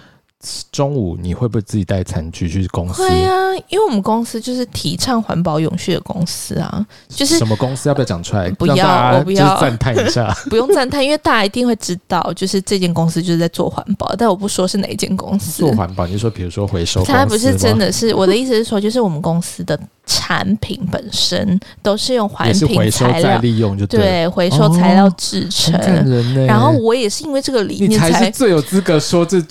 [SPEAKER 1] 中午你会不会自己带餐具去公司？
[SPEAKER 2] 会啊，因为我们公司就是提倡环保永续的公司啊，就是
[SPEAKER 1] 什么公司要不要讲出来？
[SPEAKER 2] 不要
[SPEAKER 1] 让大家
[SPEAKER 2] 我不要
[SPEAKER 1] 就是赞叹一
[SPEAKER 2] (laughs)
[SPEAKER 1] 下。
[SPEAKER 2] 不用赞叹，因为大家一定会知道，就是这间公司就是在做环保，但我不说是哪一间公司
[SPEAKER 1] 做。环保，你就说比如说回收公司吗，
[SPEAKER 2] 它不是真的是我的意思是说，就是我们公司的产品本身都是用环
[SPEAKER 1] 也是回
[SPEAKER 2] 评
[SPEAKER 1] 收
[SPEAKER 2] 材
[SPEAKER 1] 再
[SPEAKER 2] 料，
[SPEAKER 1] 利用就了，
[SPEAKER 2] 对回收材料
[SPEAKER 1] 哦
[SPEAKER 2] 制
[SPEAKER 1] 很
[SPEAKER 2] 成。
[SPEAKER 1] 感人呢。
[SPEAKER 2] 然后我也是因为这个理
[SPEAKER 1] 你
[SPEAKER 2] 念
[SPEAKER 1] 才
[SPEAKER 2] 才
[SPEAKER 1] 是最有资格说这这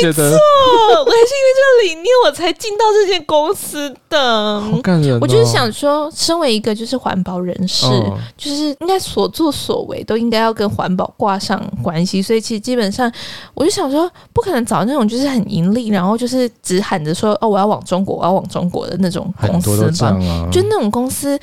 [SPEAKER 1] 些的，
[SPEAKER 2] 哦，我还是因为这个理念我才进到这间公司的。
[SPEAKER 1] 好感人哦。
[SPEAKER 2] 我就是想说，身为一个就是环保人士，
[SPEAKER 1] 嗯
[SPEAKER 2] 就是应该所作所为都应该要跟环保挂上关系，所以其实基本上我就想说，不可能找那种就是很盈利，然后就是只喊着说哦我要往中国，我要往中国的那种
[SPEAKER 1] 很
[SPEAKER 2] 公
[SPEAKER 1] 多
[SPEAKER 2] 司
[SPEAKER 1] 都这
[SPEAKER 2] 吧
[SPEAKER 1] 样，啊，
[SPEAKER 2] 就那种公司。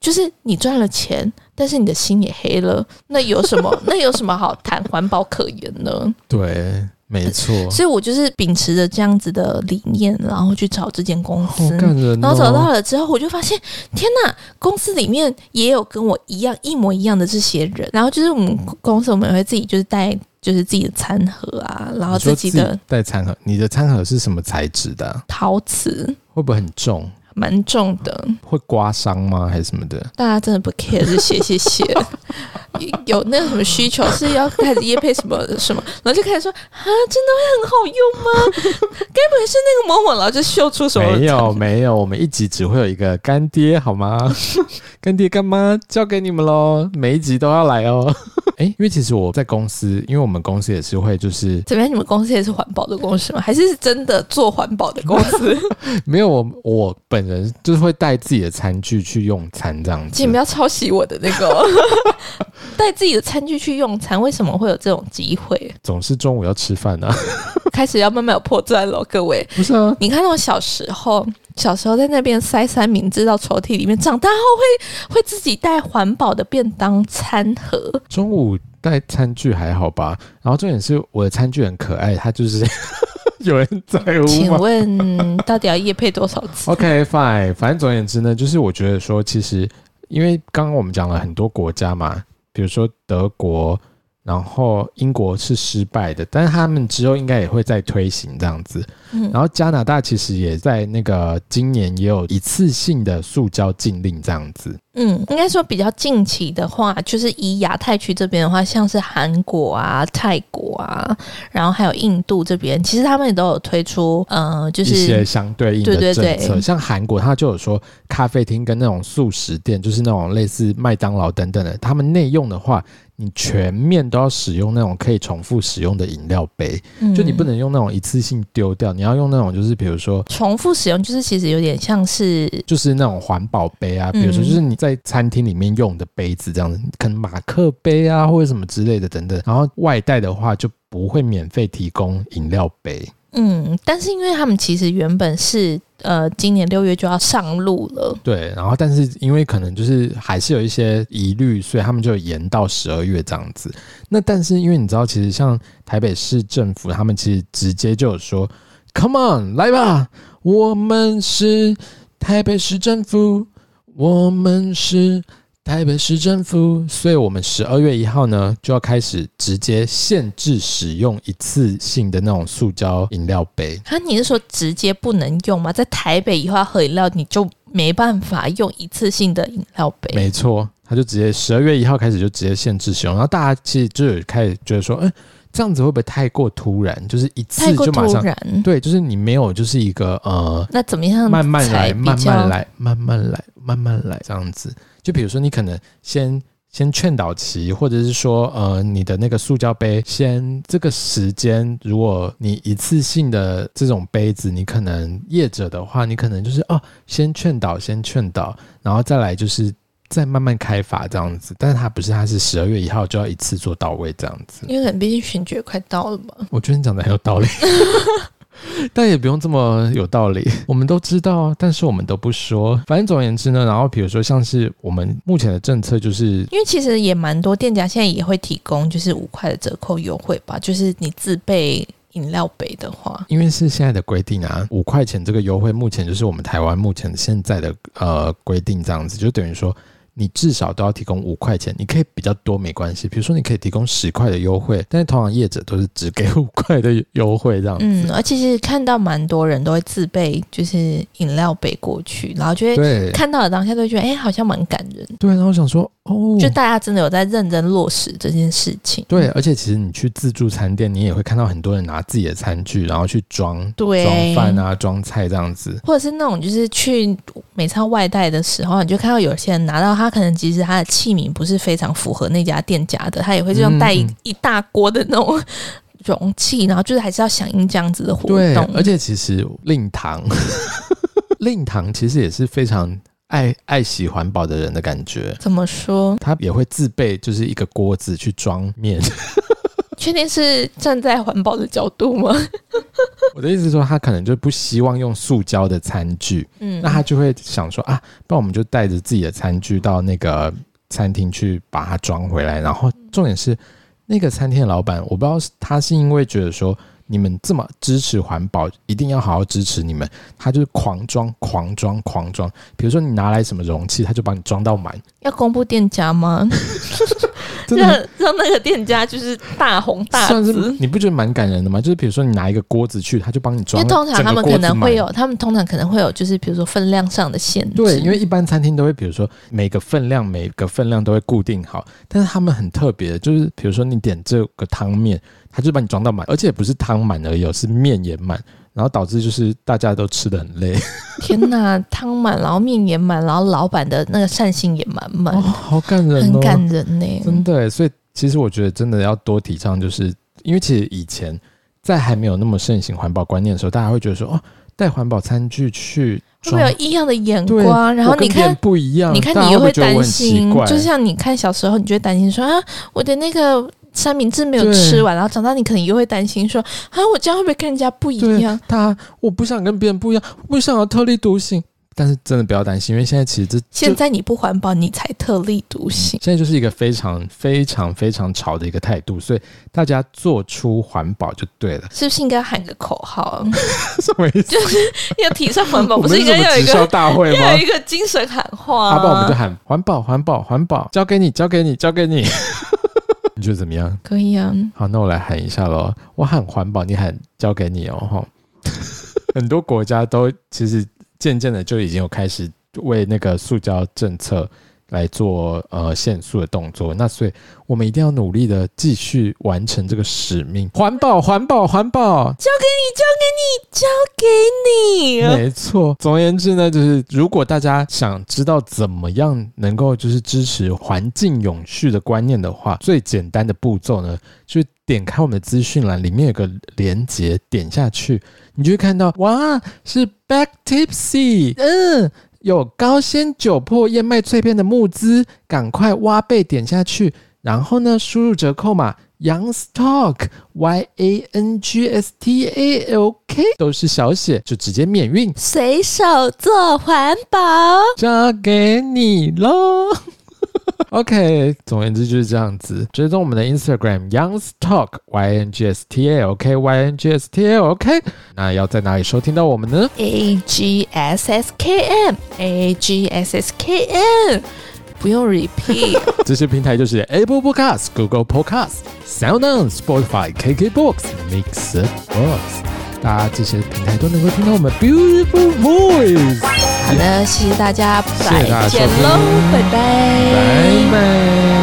[SPEAKER 2] 就是你赚了钱，但是你的心也黑了，那有什 (laughs) 么那有什么好谈环保可言呢？
[SPEAKER 1] 对，没错，
[SPEAKER 2] 所以我就是秉持着这样子的理念，然后去找这间公
[SPEAKER 1] 好
[SPEAKER 2] 司。
[SPEAKER 1] 感人哦。
[SPEAKER 2] 然后找到了之后，我就发现，天呐，公司里面也有跟我一样一模一样的这些人。然后就是我们公司，我们也会自己就是带，就是自己的餐盒啊，然后
[SPEAKER 1] 你说
[SPEAKER 2] 自己的
[SPEAKER 1] 带餐盒，你的餐盒是什么材质的啊？
[SPEAKER 2] 陶瓷，
[SPEAKER 1] 会不会很重？
[SPEAKER 2] 蛮重的。
[SPEAKER 1] 会刮伤吗？还是什么的？
[SPEAKER 2] 大家真的不 care 这些，谢谢。有那个什么需求是要开始夜配什么什么，然后就开始说啊，真的会很好用吗？该不会是那个某某，然后就秀出什么
[SPEAKER 1] 没有没有，我们一集只会有一个干爹，好吗？干爹干妈交给你们喽，每一集都要来哦。哎、因为其实我在公司，因为我们公司也是会，就是
[SPEAKER 2] 怎么样？你们公司也是环保的公司吗？还是真的做环保的公司？
[SPEAKER 1] 没有我我本人就是会带自己的餐具去用餐这样子
[SPEAKER 2] 请不。要抄袭我的那
[SPEAKER 1] (laughs)
[SPEAKER 2] 个哦带自己的餐具去用餐，为什么会有这种机会？
[SPEAKER 1] 总是中午要吃饭啊， (laughs)
[SPEAKER 2] 开始要慢慢有破绽了，各位。
[SPEAKER 1] 不是啊？
[SPEAKER 2] 你看我小时候，小时候在那边塞三明治到抽屉里面，长大后会会自己带环保的便当餐盒，
[SPEAKER 1] 中午带餐具还好吧？然后重点是我的餐具很可爱，它就是 (laughs) 有人在乎
[SPEAKER 2] 请
[SPEAKER 1] 吗哦
[SPEAKER 2] 问到底要夜配多少次？
[SPEAKER 1] ？OK fine，反正总而言之呢，就是我觉得说，其实因为刚刚我们讲了很多国家嘛，比如说德国、然后英国是失败的，但是他们之后应该也会再推行这样子。
[SPEAKER 2] 嗯
[SPEAKER 1] 然后加拿大其实也在那个今年也有一次性的塑胶禁令这样子。
[SPEAKER 2] 嗯，应该说比较近期的话，就是以亚太区这边的话，像是韩国啊、泰国啊，然后还有印度这边，其实他们也都有推出，呃，就
[SPEAKER 1] 一些
[SPEAKER 2] 是
[SPEAKER 1] 相对应的
[SPEAKER 2] 对
[SPEAKER 1] 政
[SPEAKER 2] 对
[SPEAKER 1] 策，
[SPEAKER 2] 对
[SPEAKER 1] 像韩国，它就有说咖啡厅跟那种素食店，就是那种类似麦当劳等等的，他们内用的话，你全面都要使用那种可以重复使用的饮料杯，就你不
[SPEAKER 2] 嗯
[SPEAKER 1] 能用那种一次性丢掉，你要用那种就是比如说。
[SPEAKER 2] 重复使用，就是其实有点像是
[SPEAKER 1] 就是那种环保杯啊，比如说
[SPEAKER 2] 嗯
[SPEAKER 1] 就是你在餐厅里面用的杯子这样子，可能马克杯啊或者什么之类的等等。然后外带的话就不会免费提供饮料杯，
[SPEAKER 2] 嗯，但是因为他们其实原本是呃今年六月就要上路了，
[SPEAKER 1] 对，然后但是因为可能就是还是有一些疑虑，所以他们就延到十二月这样子。那但是因为你知道，其实像台北市政府，他们其实直接就有说：“Come on，来吧，我们是台北市政府，我们是台北市政府。”所以，我们十二月一号呢就要开始直接限制使用一次性的那种塑胶饮料杯。
[SPEAKER 2] 啊，你是说直接不能用吗？在台北以后要喝饮料，你就没办法用一次性的饮料杯。
[SPEAKER 1] 没错，他就直接十二月一号开始就直接限制使用，然后大家其实就有开始觉得说，嗯，这样子会不会太过突然？就是一
[SPEAKER 2] 太
[SPEAKER 1] 次
[SPEAKER 2] 过
[SPEAKER 1] 就马
[SPEAKER 2] 突
[SPEAKER 1] 上，
[SPEAKER 2] 然，
[SPEAKER 1] 对，就是你没有就是一个呃，
[SPEAKER 2] 那怎么样
[SPEAKER 1] 慢慢
[SPEAKER 2] 才
[SPEAKER 1] 来，
[SPEAKER 2] 比
[SPEAKER 1] 慢
[SPEAKER 2] 较
[SPEAKER 1] 慢来，慢慢来，慢慢来，这样子。就比如说，你可能先先劝导期，或者是说，呃，你的那个塑胶杯，先这个时间，如果你一次性的这种杯子，你可能业者的话，你可能就是哦，先劝导，先劝导，然后再来就是再慢慢开发这样子。但是它不是，它是十二月一号就要一次做到位这样子。
[SPEAKER 2] 因为可能毕竟选举也快到了嘛。
[SPEAKER 1] 我觉得你讲的很有道理，但也不用这么有道理。我们都知道，但是我们都不说。反正总而言之呢，然后比如说像是我们目前的政策就是。
[SPEAKER 2] 因为其实也蛮多店家现在也会提供就是五块的折扣优惠吧，就是你自备饮料杯的话，
[SPEAKER 1] 因为是现在的规定啊，五块钱这个优惠，目前就是我们台湾目前现在的呃规定这样子，就等于说你至少都要提供五块钱，你可以比较多没关系，比如说你可以提供十块的优惠，但是通常业者都是只给五块的优惠这样子。
[SPEAKER 2] 嗯，而且其实看到蛮多人都会自备就是饮料杯过去，然后就会
[SPEAKER 1] 对
[SPEAKER 2] 看到的当下都会觉得，哎、好像蛮感人的，
[SPEAKER 1] 对，然后我想说，哦，
[SPEAKER 2] 就大家真的有在认真落实这件事情。
[SPEAKER 1] 对，啊而且其实你去自助餐店，你也会看到很多人拿自己的餐具，然后去装
[SPEAKER 2] 对，
[SPEAKER 1] 装饭啊、装菜这样子。
[SPEAKER 2] 或者是那种就是去美超外带的时候，你就看到有些人拿到他可能其实他的器皿不是非常符合那家店家的，他也会就用带一、
[SPEAKER 1] 嗯嗯
[SPEAKER 2] 一大锅的那种容器，然后就是还是要响应这样子的活
[SPEAKER 1] 对
[SPEAKER 2] 动，，
[SPEAKER 1] 而且其实令堂， (laughs) 令堂其实也是非常爱爱惜环保的人的感觉。
[SPEAKER 2] 怎么说？
[SPEAKER 1] 他也会自备，就是一个锅子去装面。 (laughs)
[SPEAKER 2] 确定是站在环保的角度吗？
[SPEAKER 1] 我的意思是说，他可能就不希望用塑胶的餐具，
[SPEAKER 2] 嗯，
[SPEAKER 1] 那他就会想说啊，不然我们就带着自己的餐具到那个餐厅去把它装回来。然后重点是，那个餐厅的老板，我不知道是他是因为觉得说你们这么支持环保，一定要好好支持你们，他就是狂装、狂装、狂装。比如说你拿来什么容器，他就把你装到满，
[SPEAKER 2] 要公布店家吗？
[SPEAKER 1] 真
[SPEAKER 2] 让
[SPEAKER 1] 的
[SPEAKER 2] 让那个店家就是大红大
[SPEAKER 1] 算是
[SPEAKER 2] 紫。
[SPEAKER 1] 你不觉得蛮感人的吗？就是比如说你拿一个锅子去，他就帮你
[SPEAKER 2] 因
[SPEAKER 1] 装
[SPEAKER 2] 为
[SPEAKER 1] 整个锅
[SPEAKER 2] 通
[SPEAKER 1] 子
[SPEAKER 2] 常
[SPEAKER 1] 满，
[SPEAKER 2] 他们可能会有，他们通常可能会有，就是比如说分量上的限制。
[SPEAKER 1] 对，
[SPEAKER 2] (laughs)
[SPEAKER 1] 因为一般餐厅都会，比如说每个分量每个分量都会固定好，但是他们很特别，就是比如说你点这个汤面，他就把你装到满，而且不是汤满而已哦，是面也满，然后导致就是大家都吃的很
[SPEAKER 2] (laughs)
[SPEAKER 1] 哦累，
[SPEAKER 2] 天呐，汤满，然后面也满，然后老板的那个善心也满满，
[SPEAKER 1] 哦，好感人哦，
[SPEAKER 2] 很感人呢、
[SPEAKER 1] 真的耶。所以其实我觉得真的要多提倡，就是因为其实以前在还没有那么盛行环保观念的时候，大家会觉得说哦，带环保餐具去
[SPEAKER 2] 会不会
[SPEAKER 1] 装
[SPEAKER 2] 有，异样的眼
[SPEAKER 1] 对
[SPEAKER 2] 光？然后
[SPEAKER 1] 我跟
[SPEAKER 2] 你
[SPEAKER 1] 别人
[SPEAKER 2] 看，
[SPEAKER 1] 不一样，
[SPEAKER 2] 你看
[SPEAKER 1] 大家
[SPEAKER 2] 你又
[SPEAKER 1] 会不会觉得我
[SPEAKER 2] 担
[SPEAKER 1] 很奇
[SPEAKER 2] 心，
[SPEAKER 1] 怪
[SPEAKER 2] 就像你看小时候，你就会担心说啊，我的那个三明治没有
[SPEAKER 1] 对
[SPEAKER 2] 吃完，然后长大你可能又会担心说啊，我这样会不会跟人家不一样？
[SPEAKER 1] 他，我不想跟别人不一样，我不想要特立独行。但是真的不要担心，因为现在其实这
[SPEAKER 2] 现
[SPEAKER 1] 这
[SPEAKER 2] 在你不环保，你才特立独行。。
[SPEAKER 1] 现在就是一个非常非常非常潮的一个态度，所以大家做出环保就对了
[SPEAKER 2] (laughs) 是不是应该喊个口号啊？
[SPEAKER 1] 什么意思？
[SPEAKER 2] (laughs) 要提倡环保，
[SPEAKER 1] 嗯 (laughs) 我
[SPEAKER 2] 不
[SPEAKER 1] 们
[SPEAKER 2] 是应该
[SPEAKER 1] 什
[SPEAKER 2] 要
[SPEAKER 1] 么
[SPEAKER 2] 有一
[SPEAKER 1] 直
[SPEAKER 2] 个
[SPEAKER 1] 销大会
[SPEAKER 2] 要 (laughs) 有
[SPEAKER 1] 吗？
[SPEAKER 2] 一个精神喊话、
[SPEAKER 1] 阿
[SPEAKER 2] 啊？
[SPEAKER 1] 爸，不然我们就喊环保，环保，环保，交给你，交给你，交给你。 (laughs) 你觉得怎么样？
[SPEAKER 2] 可以啊，
[SPEAKER 1] 好，那我来喊一下喽。我喊环保，你喊交给你哦。吼 (laughs) 很多国家都其实渐渐的就已经有开始为那个塑胶政策来做呃限塑的动作。那所以我们一定要努力的继续完成这个使命。环保，环保，环保。
[SPEAKER 2] 交给你，交给你，交给你。
[SPEAKER 1] 没错，总而言之呢，就是如果大家想知道怎么样能够就是支持环境永续的观念的话，最简单的步骤呢，就是点开我们的资讯栏，里面有个连接，点下去，你就会看到，哇，是 Back Tipsy，嗯。有高纤酒粕燕麦脆片的募资，赶快挖贝点下去，然后呢，输入折扣码 Youngstock Y A N G S T A L K 都是小写，就直接免运，
[SPEAKER 2] 随手做环保，
[SPEAKER 1] 交给你喽。OK，总而言之就是这样子。追踪我们的 Instagram Youngstock Y N G S T A L K Y N G S T A L K。那要在哪里收听到我们呢？
[SPEAKER 2] A G S S K M A G S S K M，不
[SPEAKER 1] (laughs)
[SPEAKER 2] 用 repeat。
[SPEAKER 1] 这些平台就是 Apple Podcast、Google Podcast、SoundOn、Spotify、KKBox、Mixer Box，大家这些平台都能够听到我们 beautiful voice。
[SPEAKER 2] 好的，谢谢大家，
[SPEAKER 1] 谢谢大家
[SPEAKER 2] 再见
[SPEAKER 1] 收听
[SPEAKER 2] 喽，拜拜
[SPEAKER 1] 拜拜。